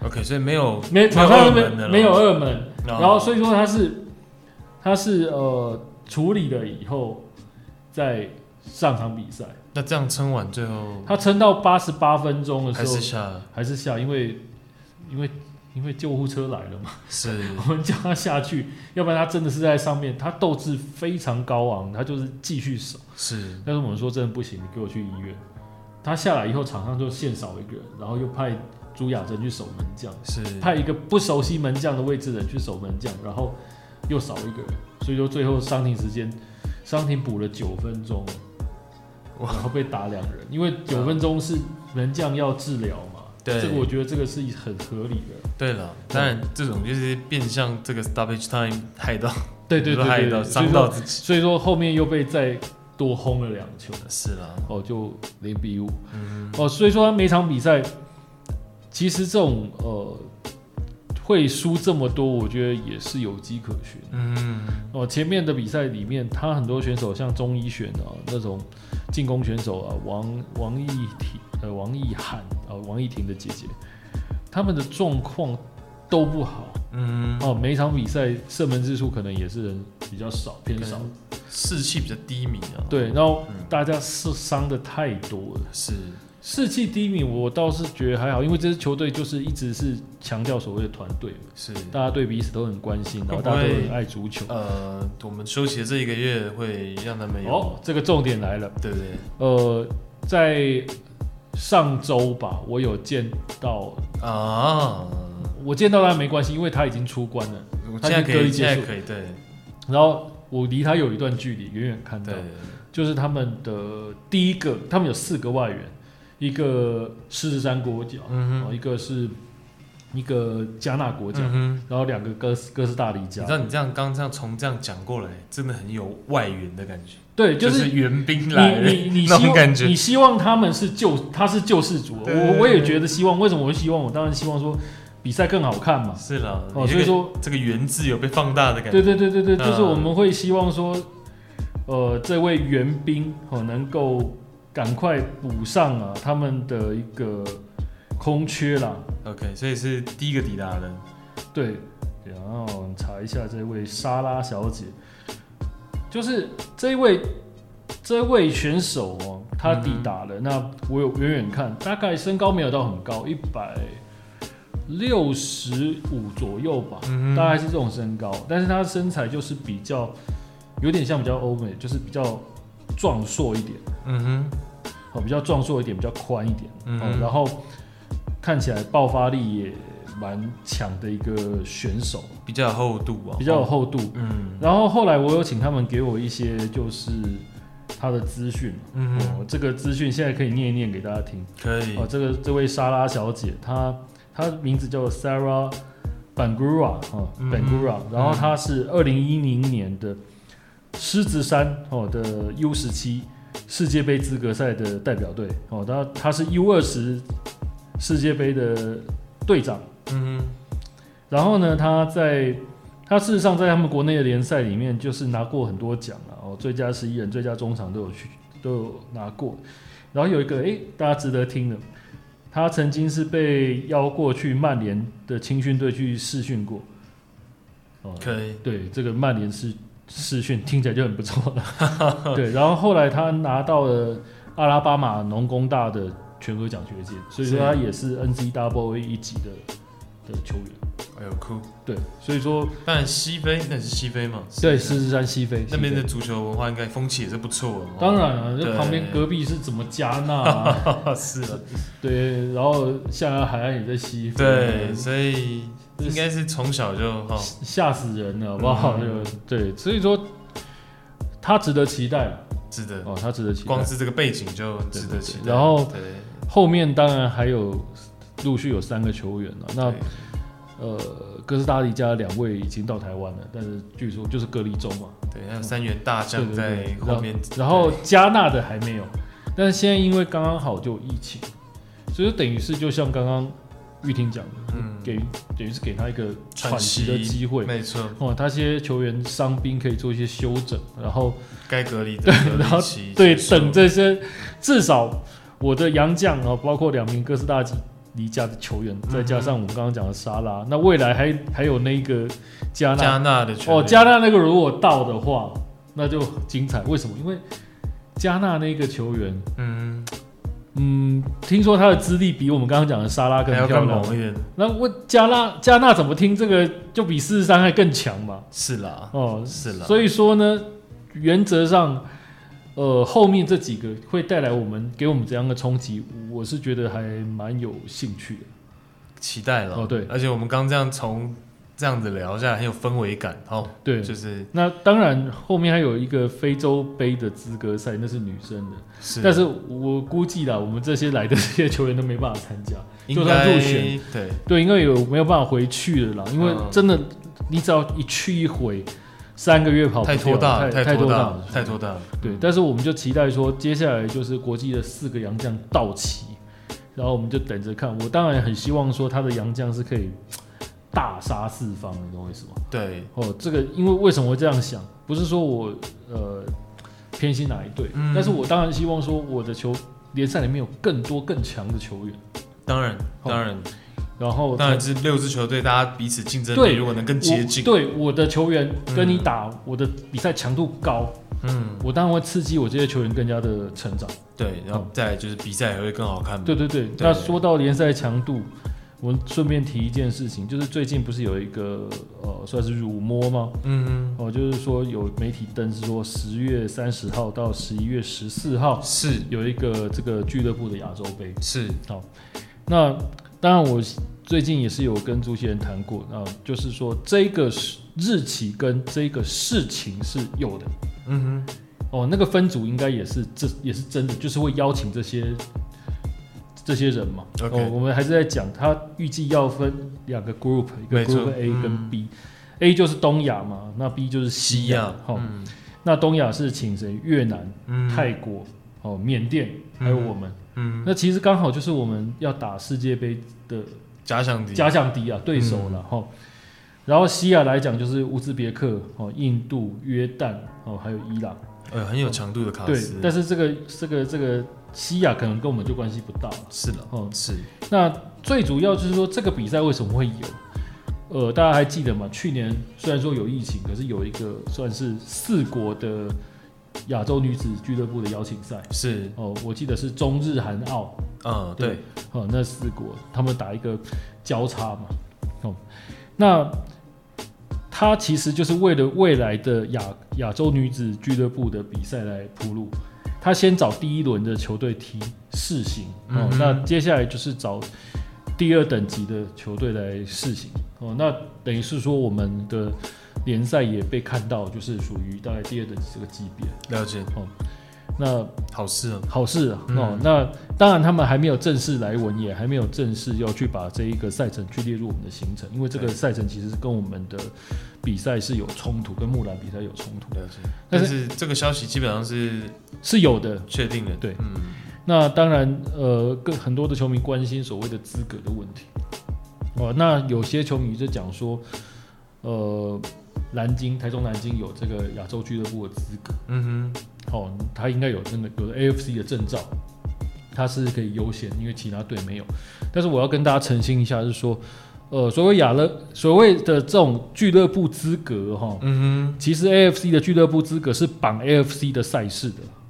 [SPEAKER 1] OK，所以没有
[SPEAKER 2] 没场上
[SPEAKER 1] 二
[SPEAKER 2] 就
[SPEAKER 1] 门的哦了
[SPEAKER 2] 没没有二门，
[SPEAKER 1] 然
[SPEAKER 2] 然后所以说他是他是呃处理了以后再上场比赛，
[SPEAKER 1] 那这样撑完最后
[SPEAKER 2] 他撑到八十八分钟的时
[SPEAKER 1] 还
[SPEAKER 2] 候
[SPEAKER 1] 是。下了
[SPEAKER 2] 还是下，因为因为因为救护车来了嘛，
[SPEAKER 1] 是
[SPEAKER 2] 我们叫他下去，要不然他真的是在上面，他斗志非常高昂，他就是继续守。
[SPEAKER 1] 是
[SPEAKER 2] 但是我们说真的不行，你给我去医院。他下来以后，场上就现少一个人，然后又派朱亚珍去守门将，
[SPEAKER 1] 是
[SPEAKER 2] 派一个不熟悉门将的位置的人去守门将，然后又少一个人，所以说最后伤停时间，伤停补了九分钟，
[SPEAKER 1] 哇
[SPEAKER 2] 然后被打两人，因为九分钟是门将要治疗嘛，
[SPEAKER 1] 对
[SPEAKER 2] 这个我觉得这个是很合理的，
[SPEAKER 1] 对了，当然这种就是变相这个 stoppage time 害到，
[SPEAKER 2] 对对
[SPEAKER 1] 比如说
[SPEAKER 2] 对
[SPEAKER 1] 害
[SPEAKER 2] 对
[SPEAKER 1] 到
[SPEAKER 2] 对，
[SPEAKER 1] 伤到自己，
[SPEAKER 2] 所以说，所以说后面又被再多轰了两球，
[SPEAKER 1] 是啦，
[SPEAKER 2] 哦，就零比五，
[SPEAKER 1] 嗯
[SPEAKER 2] 哦，所以说他每场比赛，其实这种呃会输这么多，我觉得也是有迹可循。
[SPEAKER 1] 嗯，
[SPEAKER 2] 哦，前面的比赛里面，他很多选手像钟一选啊那种进攻选手啊，王王艺婷呃王艺涵呃王艺婷的姐姐，他们的状况都不好
[SPEAKER 1] 嗯，
[SPEAKER 2] 哦，每一场比赛射门次数可能也是比较少偏
[SPEAKER 1] 可，
[SPEAKER 2] 少
[SPEAKER 1] 能哦士气比较低迷啊，，
[SPEAKER 2] 对，然后
[SPEAKER 1] 嗯，
[SPEAKER 2] 大家是伤的太多了，
[SPEAKER 1] 是
[SPEAKER 2] 士气低迷，我倒是觉得还好，因为这支球队就是一直是强调所谓的团队，
[SPEAKER 1] 是，
[SPEAKER 2] 大家对彼此都很关心，然后大家都很爱足球。
[SPEAKER 1] 呃，我们休息的这一个月会让他们有，
[SPEAKER 2] 哦，这个重点来了。
[SPEAKER 1] 对不对？
[SPEAKER 2] 呃，在上周吧，我有见到，
[SPEAKER 1] 啊，
[SPEAKER 2] 我见到他没关系，因为他已经出关了。
[SPEAKER 1] 我
[SPEAKER 2] 他
[SPEAKER 1] 现在
[SPEAKER 2] 已经
[SPEAKER 1] 可
[SPEAKER 2] 隔
[SPEAKER 1] 以，现
[SPEAKER 2] 离结
[SPEAKER 1] 在
[SPEAKER 2] 束
[SPEAKER 1] 可以，对
[SPEAKER 2] 然后我离他有一段距离，远远看到，
[SPEAKER 1] 对，
[SPEAKER 2] 就是他们的第一个，他们有四个外援，一个狮子山国脚，
[SPEAKER 1] 嗯
[SPEAKER 2] 然后一个是一个加纳国
[SPEAKER 1] 哼，
[SPEAKER 2] 脚，
[SPEAKER 1] 嗯哼。
[SPEAKER 2] 然后两个哥斯哥斯达黎
[SPEAKER 1] 你
[SPEAKER 2] 加
[SPEAKER 1] 知。道你这样刚这样从这样讲过来，真的很有外援的感觉，
[SPEAKER 2] 对，就是。
[SPEAKER 1] 援兵
[SPEAKER 2] 你
[SPEAKER 1] 来了
[SPEAKER 2] 你你
[SPEAKER 1] 那
[SPEAKER 2] 希
[SPEAKER 1] 种感
[SPEAKER 2] 望
[SPEAKER 1] 觉
[SPEAKER 2] 你希望他们是救他是救世主，
[SPEAKER 1] 对对
[SPEAKER 2] 我
[SPEAKER 1] 对
[SPEAKER 2] 我也觉得希望，为什么我会希望？我当然希望说比赛更好看嘛，
[SPEAKER 1] 是啦，
[SPEAKER 2] 哦，
[SPEAKER 1] 你这
[SPEAKER 2] 所
[SPEAKER 1] 个
[SPEAKER 2] 以说，
[SPEAKER 1] 这个原字有被放大的感
[SPEAKER 2] 对
[SPEAKER 1] 觉。
[SPEAKER 2] 对对对对，
[SPEAKER 1] 嗯
[SPEAKER 2] 就是我们会希望说，呃，这位援兵哦能够赶快补上啊他们的一个空缺啦。
[SPEAKER 1] OK，所以是第一个抵达的，
[SPEAKER 2] 对，然后我们查一下这位莎拉小姐，就是这位这位选手哦，他抵
[SPEAKER 1] 嗯
[SPEAKER 2] 达了。那我有远远看，大概身高没有到很高，一百六十五左右吧。
[SPEAKER 1] 嗯
[SPEAKER 2] 大概是这种身高，但是他身材就是比较有点像比较欧美，就是比较壮硕一点，
[SPEAKER 1] 嗯
[SPEAKER 2] 哦，比较壮硕一点，比较宽一点，
[SPEAKER 1] 嗯
[SPEAKER 2] 哦，然后看起来爆发力也蛮强的一个选手，
[SPEAKER 1] 哼，比较有厚度啊，
[SPEAKER 2] 比较有，厚度。
[SPEAKER 1] 嗯
[SPEAKER 2] 然后后来我有请他们给我一些就是他的资讯，
[SPEAKER 1] 嗯哼，
[SPEAKER 2] 哦，这个资讯现在可以念一念给大家听。
[SPEAKER 1] 可以
[SPEAKER 2] 哦，，这个这位莎拉小姐，她她名字叫 Sarah Bangura 哦
[SPEAKER 1] 嗯
[SPEAKER 2] ，Bangura，、然后她是二零一零年的狮子山哦的 U 十七世界杯资格赛的代表队哦，她她是 U 二十世界杯的队长，
[SPEAKER 1] 嗯哼，
[SPEAKER 2] 然后呢，她在她事实上在他们国内的联赛里面就是拿过很多奖啊，哦，最佳十一人、最佳中场都有去都有拿过。然后有一个诶，大家值得听的，他曾经是被邀过去曼联的青训队去试训过。哦，
[SPEAKER 1] 可以，
[SPEAKER 2] 对，这个曼联是视讯，听起来就很不错了。对，然后后来他拿到了阿拉巴马农工大的全额奖学金，所以说他也是 N C W A 一级的的球员。
[SPEAKER 1] 哎呦酷！
[SPEAKER 2] 对，所以说
[SPEAKER 1] 当然西非那是西非嘛，
[SPEAKER 2] 对狮子山西非
[SPEAKER 1] 那边的
[SPEAKER 2] 西
[SPEAKER 1] 足球文化应该风气也是不错的哦
[SPEAKER 2] 非。当然了，
[SPEAKER 1] 对哦
[SPEAKER 2] 这旁边隔壁是怎么加纳、 啊？
[SPEAKER 1] 是的，
[SPEAKER 2] 对，然后下拉海岸也在西非，
[SPEAKER 1] 对，所以应该是从小就哦哈，
[SPEAKER 2] 吓死人了，好不好？
[SPEAKER 1] 嗯
[SPEAKER 2] 对，所以说他值得期待了
[SPEAKER 1] 值得，
[SPEAKER 2] 哦，他值得期待
[SPEAKER 1] 光。是这个背景就值得期
[SPEAKER 2] 对对
[SPEAKER 1] 待。
[SPEAKER 2] 对然后
[SPEAKER 1] 对，
[SPEAKER 2] 后面当然还有陆续有三个球员了，那
[SPEAKER 1] 对
[SPEAKER 2] 呃，哥斯达黎加两位已经到台湾了，但是据说就是各立州嘛，
[SPEAKER 1] 对，还有三元大将
[SPEAKER 2] 对
[SPEAKER 1] 在
[SPEAKER 2] 对对
[SPEAKER 1] 后面，
[SPEAKER 2] 然后
[SPEAKER 1] 对
[SPEAKER 2] 加纳的还没有，但是现在因为刚刚好就有疫情，所以就等于是就像刚刚玉婷讲的，
[SPEAKER 1] 嗯，
[SPEAKER 2] 给等于是给他一个喘
[SPEAKER 1] 喘
[SPEAKER 2] 息的机会。
[SPEAKER 1] 没错，
[SPEAKER 2] 哦，他些球员伤兵可以做一些休整，然后
[SPEAKER 1] 该隔离的隔
[SPEAKER 2] 然后
[SPEAKER 1] 离期
[SPEAKER 2] 对
[SPEAKER 1] 结束
[SPEAKER 2] 等这些，至少我的洋将哦，包括两名哥斯达黎加的球员，再加
[SPEAKER 1] 嗯
[SPEAKER 2] 上我们刚刚讲的沙拉，那未来还还有那个加纳
[SPEAKER 1] 加纳的球
[SPEAKER 2] 哦，
[SPEAKER 1] 员
[SPEAKER 2] 加纳那个如果到的话，那就精彩。为什么？因为加纳那个球员，
[SPEAKER 1] 嗯，
[SPEAKER 2] 嗯，听说他的资历比我们刚刚讲的沙拉更
[SPEAKER 1] 还要
[SPEAKER 2] 漂
[SPEAKER 1] 更
[SPEAKER 2] 亮。
[SPEAKER 1] 猛一点，
[SPEAKER 2] 那我加纳加纳怎么听这个就比四十三还更强嘛？
[SPEAKER 1] 是啦，
[SPEAKER 2] 哦，
[SPEAKER 1] 是啦，
[SPEAKER 2] 所以说呢，原则上，呃，后面这几个会带来我们给我们怎样的冲击，我是觉得还蛮有兴趣的。
[SPEAKER 1] 期待了。
[SPEAKER 2] 哦对
[SPEAKER 1] 而且我们刚这样从这样子聊下来，很有氛围感哦。
[SPEAKER 2] 对，
[SPEAKER 1] 就是
[SPEAKER 2] 那当然后面还有一个非洲杯的资格赛，那是女生的，
[SPEAKER 1] 是，
[SPEAKER 2] 但是我估计啦，我们这些来的这些球员都没办法参加。
[SPEAKER 1] 应
[SPEAKER 2] 就算入
[SPEAKER 1] 该
[SPEAKER 2] 选
[SPEAKER 1] 对
[SPEAKER 2] 对，因为有没有办法回去了啦，因为
[SPEAKER 1] 嗯
[SPEAKER 2] 真的，你只要一去一回，三个月哦跑不
[SPEAKER 1] 太
[SPEAKER 2] 掉
[SPEAKER 1] 拖大了，
[SPEAKER 2] 太
[SPEAKER 1] 拖
[SPEAKER 2] 大
[SPEAKER 1] 大
[SPEAKER 2] 了
[SPEAKER 1] 了，太拖大了。
[SPEAKER 2] 对，但是我们就期待说，接下来就是国际的四个洋将到齐，然后我们就等着看。我当然很希望说他的洋将是可以大杀四方的，你懂我意思吗？
[SPEAKER 1] 对，
[SPEAKER 2] 哦，这个因为为什么会这样想？不是说我呃偏心哪一队，
[SPEAKER 1] 嗯
[SPEAKER 2] 但是我当然希望说我的球联赛里面有更多更强的球员，
[SPEAKER 1] 当然
[SPEAKER 2] 哦
[SPEAKER 1] 当然
[SPEAKER 2] 然后
[SPEAKER 1] 当然是六支球队，大家彼此竞争力
[SPEAKER 2] 哦对
[SPEAKER 1] 如果能更接
[SPEAKER 2] 我
[SPEAKER 1] 近，
[SPEAKER 2] 对我的球员跟你
[SPEAKER 1] 嗯
[SPEAKER 2] 打，我的比赛强度高，
[SPEAKER 1] 嗯，
[SPEAKER 2] 我当然会刺激我这些球员更加的成长。
[SPEAKER 1] 对，然后
[SPEAKER 2] 哦
[SPEAKER 1] 再来就是比赛也会更好看嘛。
[SPEAKER 2] 对对对，那说到联赛强度，我顺便提一件事情，就是最近不是有一个呃，算是辱摸吗？
[SPEAKER 1] 嗯，
[SPEAKER 2] 哦、就是说有媒体登是说十月三十号到十一月十四号
[SPEAKER 1] 是
[SPEAKER 2] 有一个这个俱乐部的亚洲杯。
[SPEAKER 1] 是，
[SPEAKER 2] 那当然我最近也是有跟主席人谈过，那、就是说这个是日期跟这个事情是有的。
[SPEAKER 1] 嗯哼，
[SPEAKER 2] 哦，那个分组应该也是这也是真的，就是会邀请这些这些人嘛。
[SPEAKER 1] OK
[SPEAKER 2] 哦，我们还是在讲，他预计要分两个 group，一个
[SPEAKER 1] 没错
[SPEAKER 2] group A 跟
[SPEAKER 1] 嗯
[SPEAKER 2] B。A 就是东亚嘛，那 B 就是西
[SPEAKER 1] 西
[SPEAKER 2] 亚
[SPEAKER 1] 亚。，
[SPEAKER 2] 哦，
[SPEAKER 1] 嗯
[SPEAKER 2] 那东亚是请谁？越南、
[SPEAKER 1] 嗯，
[SPEAKER 2] 泰国、哦，缅甸，还有我们。
[SPEAKER 1] 嗯，
[SPEAKER 2] 那其实刚好就是我们要打世界杯的
[SPEAKER 1] 假想敌，
[SPEAKER 2] 假想敌啊，对手
[SPEAKER 1] 嗯
[SPEAKER 2] 了哈、齁然后西亚来讲就是乌兹别克、哦，印度、约旦、哦，还有伊朗。
[SPEAKER 1] 呃，很有强度的卡
[SPEAKER 2] 对
[SPEAKER 1] 斯，，
[SPEAKER 2] 但是这个这个这个西亚可能跟我们就关系不大了。
[SPEAKER 1] 是了，
[SPEAKER 2] 哦，
[SPEAKER 1] 是，
[SPEAKER 2] 那最主要就是说这个比赛为什么会有？呃，大家还记得吗？去年虽然说有疫情，可是有一个算是四国的亚洲女子俱乐部的邀请赛。
[SPEAKER 1] 是，
[SPEAKER 2] 哦，我记得是中日韩澳
[SPEAKER 1] 嗯，
[SPEAKER 2] 对
[SPEAKER 1] 对，
[SPEAKER 2] 哦，那四国他们打一个交叉嘛。哦，那它其实就是为了未来的亚亚洲女子俱乐部的比赛来铺路。他先找第一轮的球队踢试行，哦
[SPEAKER 1] 嗯，哼
[SPEAKER 2] 那接下来就是找第二等级的球队来试行，哦，那等于是说我们的联赛也被看到，就是属于大概第二等级这个级别。
[SPEAKER 1] 了解，
[SPEAKER 2] 那
[SPEAKER 1] 好事哦，
[SPEAKER 2] 好事啊、
[SPEAKER 1] 嗯
[SPEAKER 2] 哦。那当然，他们还没有正式来文，也还没有正式要去把这一个赛程去列入我们的行程，因为这个
[SPEAKER 1] 对
[SPEAKER 2] 赛程其实是跟我们的比赛是有冲突，跟木兰比赛有冲突，
[SPEAKER 1] 了解，
[SPEAKER 2] 但
[SPEAKER 1] 但
[SPEAKER 2] 是
[SPEAKER 1] 是这个消息基本上是
[SPEAKER 2] 是有的。
[SPEAKER 1] 确定的，
[SPEAKER 2] 对
[SPEAKER 1] 嗯，
[SPEAKER 2] 那当然，呃，更很多的球迷关心所谓的资格的问题。哦，那有些球迷就讲说，呃，南京、台中、南京有这个亚洲俱乐部的资格，
[SPEAKER 1] 嗯哼，
[SPEAKER 2] 哦，他应该有那个有 AFC 的证照，他是可以优先，因为其他队没有。但是我要跟大家澄清一下，是说，呃，所谓亚乐，所谓的这种俱乐部资格哈、
[SPEAKER 1] 嗯
[SPEAKER 2] 其实 AFC 的俱乐部资格是绑 AFC 的赛事的。
[SPEAKER 1] 哼，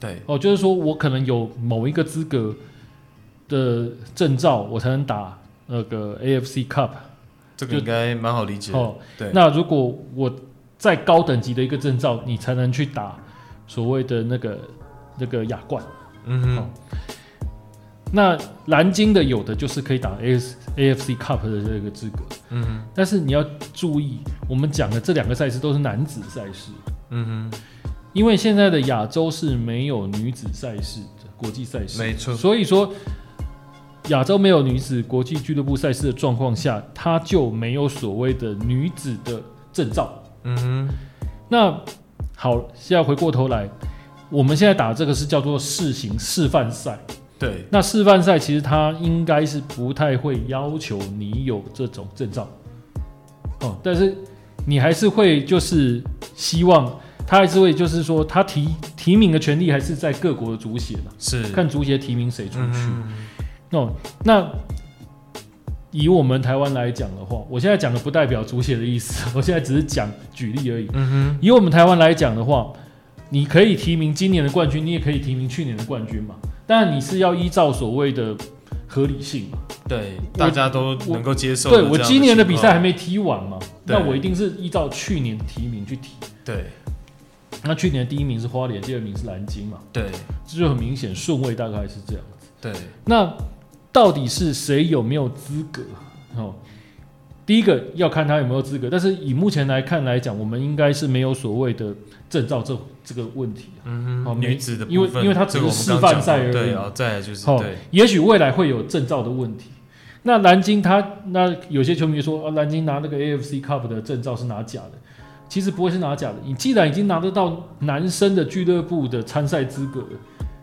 [SPEAKER 1] 对，
[SPEAKER 2] 哦，就是说我可能有某一个资格的证照，我才能打那个 AFC Cup。
[SPEAKER 1] 这个应该蛮好理解的。
[SPEAKER 2] 哦，
[SPEAKER 1] 对，
[SPEAKER 2] 那如果我再高等级的一个证照，你才能去打所谓的那个那个亚冠。
[SPEAKER 1] 嗯
[SPEAKER 2] 哦
[SPEAKER 1] 哼，
[SPEAKER 2] 那蓝鲸的有的就是可以打 A S A F C Cup 的这个资格，
[SPEAKER 1] 嗯哼，
[SPEAKER 2] 但是你要注意，我们讲的这两个赛事都是男子赛事，
[SPEAKER 1] 嗯哼，
[SPEAKER 2] 因为现在的亚洲是没有女子赛事的国际赛事，
[SPEAKER 1] 没错
[SPEAKER 2] 所以说亚洲没有女子国际俱乐部赛事的状况下，它就没有所谓的女子的证照。
[SPEAKER 1] 嗯哼，
[SPEAKER 2] 那好，现在回过头来，我们现在打这个是叫做试行示范赛。
[SPEAKER 1] 对，
[SPEAKER 2] 那示范赛其实它应该是不太会要求你有这种证照，哦，但是你还是会就是希望他还是会就是说他提提名的权利还是在各国的足协嘛，
[SPEAKER 1] 是，
[SPEAKER 2] 看足协提名谁出
[SPEAKER 1] 嗯
[SPEAKER 2] 去。
[SPEAKER 1] 哼
[SPEAKER 2] 哦，那以我们台湾来讲的话，我现在讲的不代表足协的意思， 我现在只是讲举例而已。
[SPEAKER 1] 嗯哼，
[SPEAKER 2] 以我们台湾来讲的话，你可以提名今年的冠军，你也可以提名去年的冠军嘛。但你是要依照所谓的合理性嘛？
[SPEAKER 1] 对，
[SPEAKER 2] 我
[SPEAKER 1] 大家都能够接受。
[SPEAKER 2] 对我今年的比赛还，没踢完嘛，
[SPEAKER 1] 对
[SPEAKER 2] 那我一定是依照去年提名去提。
[SPEAKER 1] 对
[SPEAKER 2] 那去年的第一名是花莲，第二名是蓝鲸嘛，
[SPEAKER 1] 对
[SPEAKER 2] 这就很明显顺位大概是这样。
[SPEAKER 1] 对，
[SPEAKER 2] 那到底是谁有没有资格？哦，第一个要看他有没有资格，但是以目前来看来讲，我们应该是没有所谓的证照这这个问题、啊。
[SPEAKER 1] 嗯
[SPEAKER 2] 好
[SPEAKER 1] 哼，
[SPEAKER 2] 没
[SPEAKER 1] 女子的部
[SPEAKER 2] 因为
[SPEAKER 1] 分
[SPEAKER 2] 因为它只
[SPEAKER 1] 这个
[SPEAKER 2] 是
[SPEAKER 1] 我们刚
[SPEAKER 2] 示范赛
[SPEAKER 1] 讲过
[SPEAKER 2] 而已
[SPEAKER 1] 对，然后再来就是
[SPEAKER 2] 哦
[SPEAKER 1] 对，
[SPEAKER 2] 也许未来会有证照的问题。那蓝鲸它那有些球迷说啊，蓝鲸拿那个 AFC Cup 的证照是拿假的，其实不会是拿假的。你既然已经拿得到男生的俱乐部的参赛资格了，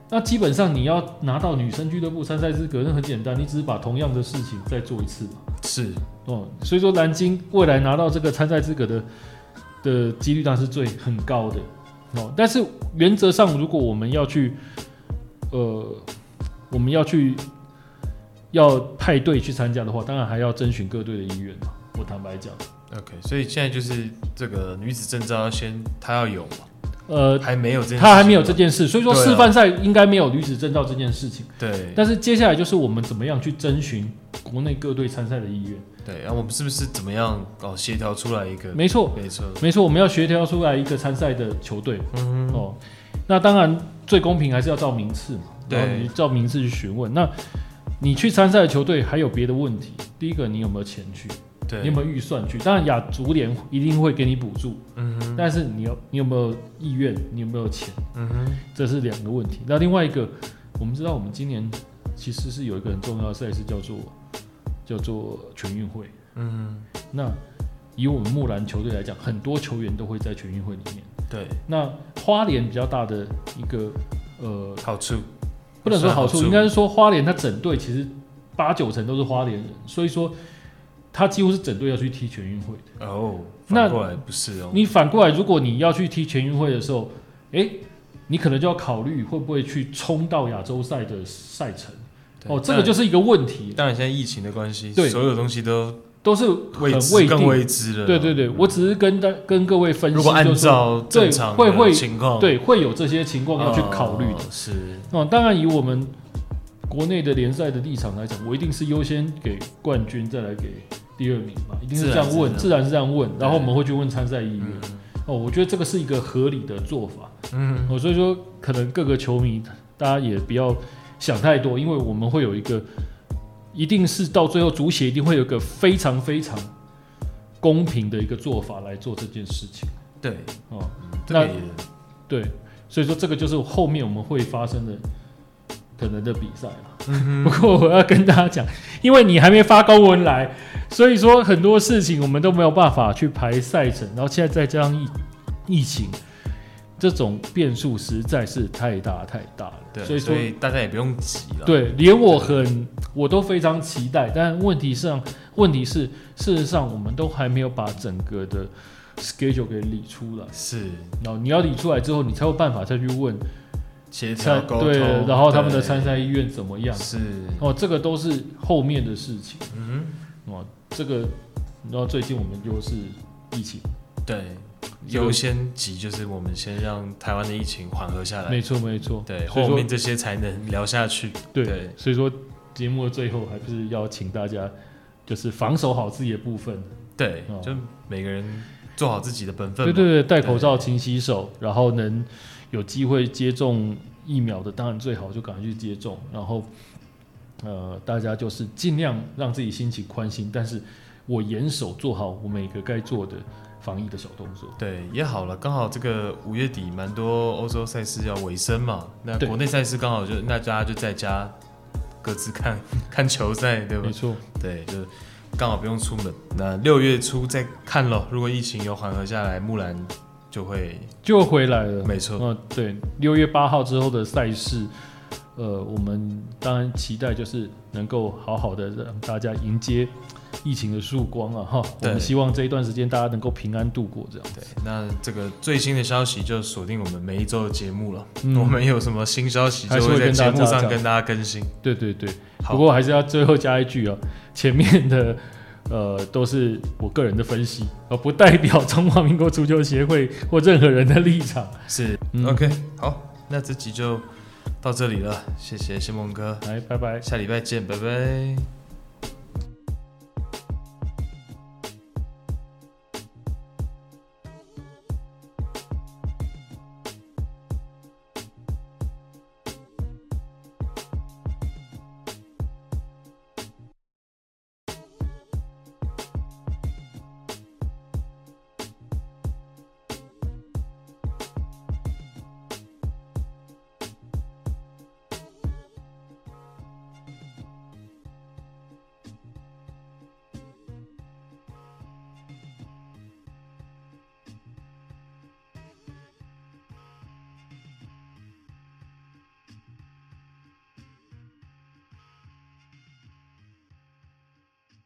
[SPEAKER 2] 那基本上你要拿到女生俱乐部参赛资格，那很简单，你只是把同样的事情再做一次嘛。
[SPEAKER 1] 是，
[SPEAKER 2] 哦，所以说蓝鲸未来拿到这个参赛资格的的几率当然是最很高的哦。但是原则上，如果我们要去，呃，我们要去要派队去参加的话，当然还要征询各队的意愿嘛。我坦白讲，
[SPEAKER 1] OK，所以现在就是这个女子证照要先，她要有嘛，
[SPEAKER 2] 呃，
[SPEAKER 1] 还没有这件事情嘛，
[SPEAKER 2] 他还没有这件事，所以说
[SPEAKER 1] 对啊
[SPEAKER 2] 示范赛应该没有女子证照这件事情。
[SPEAKER 1] 对
[SPEAKER 2] 但是接下来就是我们怎么样去征询国内各队参赛的意愿。
[SPEAKER 1] 对，然后我们是不是怎么样哦协调出来一个？
[SPEAKER 2] 没错，
[SPEAKER 1] 没错，
[SPEAKER 2] 没错，我们要协调出来一个参赛的球队。
[SPEAKER 1] 嗯
[SPEAKER 2] 哦，那当然最公平还是要照名次嘛，
[SPEAKER 1] 对
[SPEAKER 2] 然后你照名次去询问。那你去参赛的球队还有别的问题，第一个你有没有钱去，
[SPEAKER 1] 对，
[SPEAKER 2] 你有没有预算去？当然亚足联一定会给你补助，
[SPEAKER 1] 嗯哼，
[SPEAKER 2] 但是你有你有没有意愿，你有没有钱，
[SPEAKER 1] 嗯哼，
[SPEAKER 2] 这是两个问题。那另外一个，我们知道我们今年其实是有一个很重要的赛事叫做叫做全运会。
[SPEAKER 1] 嗯
[SPEAKER 2] 那以我们木兰球队来讲，很多球员都会在全运会里面。
[SPEAKER 1] 哼，对，
[SPEAKER 2] 那花莲比较大的一个呃，
[SPEAKER 1] 好处啊
[SPEAKER 2] 不能说好处，
[SPEAKER 1] 算好处
[SPEAKER 2] 应该是说花莲它整队其实八九成都是花莲人，所以说他几乎是整队要去踢全运会的。
[SPEAKER 1] 哦，
[SPEAKER 2] 那
[SPEAKER 1] 反过来不是哦，
[SPEAKER 2] 你反过来，如果你要去踢全运会的时候，诶、你可能就要考虑会不会去冲到亚洲赛的赛程。
[SPEAKER 1] 对
[SPEAKER 2] 哦，这个就是一个问题，
[SPEAKER 1] 当然当然现在疫情的关系，
[SPEAKER 2] 对
[SPEAKER 1] 所有东西都
[SPEAKER 2] 都是
[SPEAKER 1] 未
[SPEAKER 2] 很
[SPEAKER 1] 知
[SPEAKER 2] 未
[SPEAKER 1] 更
[SPEAKER 2] 定。
[SPEAKER 1] 未知了。
[SPEAKER 2] 对对对，我只是跟大跟各位分
[SPEAKER 1] 啊
[SPEAKER 2] 析，
[SPEAKER 1] 嗯如果按
[SPEAKER 2] 就是说
[SPEAKER 1] 照正常
[SPEAKER 2] 对会
[SPEAKER 1] 的
[SPEAKER 2] 会
[SPEAKER 1] 情况，
[SPEAKER 2] 对会有这些情况要去考虑的
[SPEAKER 1] 哦。是，
[SPEAKER 2] 哦，当然以我们国内的联赛的立场来讲，我一定是优先给冠军，再来给第二名嘛，一定是这样问，
[SPEAKER 1] 自
[SPEAKER 2] 自然是这样问，然后我
[SPEAKER 1] 对
[SPEAKER 2] 们会去问参赛意愿。
[SPEAKER 1] 嗯
[SPEAKER 2] 哦，我觉得这个是一个合理的做法。
[SPEAKER 1] 嗯，
[SPEAKER 2] 哦，所以说可能各个球迷大家也不要想太多，因为我们会有一个，一定是到最后足协一定会有一个非常非常公平的一个做法来做这件事情。
[SPEAKER 1] 对，
[SPEAKER 2] 哦，
[SPEAKER 1] 嗯这个
[SPEAKER 2] 那
[SPEAKER 1] 也
[SPEAKER 2] 对，所以说这个就是后面我们会发生的可能的比赛了。
[SPEAKER 1] 嗯
[SPEAKER 2] 不过我要跟大家讲，因为你还没发公文来，所以说很多事情我们都没有办法去排赛程，然后现在再加上疫疫情，这种变数实在是太大太大了。
[SPEAKER 1] 对，
[SPEAKER 2] 所以说
[SPEAKER 1] 所以大家也不用急了。
[SPEAKER 2] 对，连我很我都非常期待，但问题上问题是，事实上我们都还没有把整个的 schedule 给理出来，
[SPEAKER 1] 是
[SPEAKER 2] 然后你要理出来之后，你才有办法再去问
[SPEAKER 1] 协调
[SPEAKER 2] 参
[SPEAKER 1] 沟
[SPEAKER 2] 对，
[SPEAKER 1] 通，
[SPEAKER 2] 然后他们的
[SPEAKER 1] 对
[SPEAKER 2] 参赛意愿怎么样？哦
[SPEAKER 1] 是，
[SPEAKER 2] 哦，这个都是后面的事情。
[SPEAKER 1] 嗯哼，
[SPEAKER 2] 哦，这个你知道最近我们又是疫情，
[SPEAKER 1] 对，
[SPEAKER 2] 这个
[SPEAKER 1] 优先级就是我们先让台湾的疫情缓和下来
[SPEAKER 2] 没，错没错，
[SPEAKER 1] 对，
[SPEAKER 2] 所以
[SPEAKER 1] 后
[SPEAKER 2] 说
[SPEAKER 1] 面这些才能聊下去。对
[SPEAKER 2] 对，所以说节目的最后还不是要请大家就是防守好自己的部分，
[SPEAKER 1] 对
[SPEAKER 2] 哦，
[SPEAKER 1] 就每个人做好自己的本分
[SPEAKER 2] 对
[SPEAKER 1] 嘛。
[SPEAKER 2] 对对，戴口罩、勤洗手，然后能有机会接种疫苗的，当然最好就赶快去接种。然后，呃，大家就是尽量让自己心情宽心，但是我严守做好我每个该做的防疫的小动作。
[SPEAKER 1] 对，也好了，刚好这个五月底蛮多欧洲赛事要尾声嘛，那
[SPEAKER 2] 对
[SPEAKER 1] 国内赛事刚好就那大家就在家各自看 看球赛，对吧
[SPEAKER 2] 没？错，
[SPEAKER 1] 对，就刚好不用出门。那六月初再看咯，如果疫情有缓和下来，木兰就会
[SPEAKER 2] 就回来了。
[SPEAKER 1] 没错。
[SPEAKER 2] 嗯，对，六月八号之后的赛事，呃，我们当然期待就是能够好好的让大家迎接疫情的曙光啊哈。我
[SPEAKER 1] 对
[SPEAKER 2] 们希望这一段时间大家能够平安度过，这样。
[SPEAKER 1] 对，那这个最新的消息就锁定我们每一周的节目了。
[SPEAKER 2] 嗯
[SPEAKER 1] 我们有什么新消息，
[SPEAKER 2] 还
[SPEAKER 1] 就是
[SPEAKER 2] 会
[SPEAKER 1] 会在
[SPEAKER 2] 跟大
[SPEAKER 1] 节
[SPEAKER 2] 家
[SPEAKER 1] 目上
[SPEAKER 2] 讲
[SPEAKER 1] 跟大家更新。
[SPEAKER 2] 对对对，
[SPEAKER 1] 好
[SPEAKER 2] 不过还是要最后加一句啊， 前面的呃都是我个人的分析，而不代表中华民国足球协会或任何人的立场。
[SPEAKER 1] 是、
[SPEAKER 2] 嗯
[SPEAKER 1] OK，好，那这集就到这里了，谢谢谢梦哥，
[SPEAKER 2] 来，拜拜。
[SPEAKER 1] 下礼拜见，拜拜。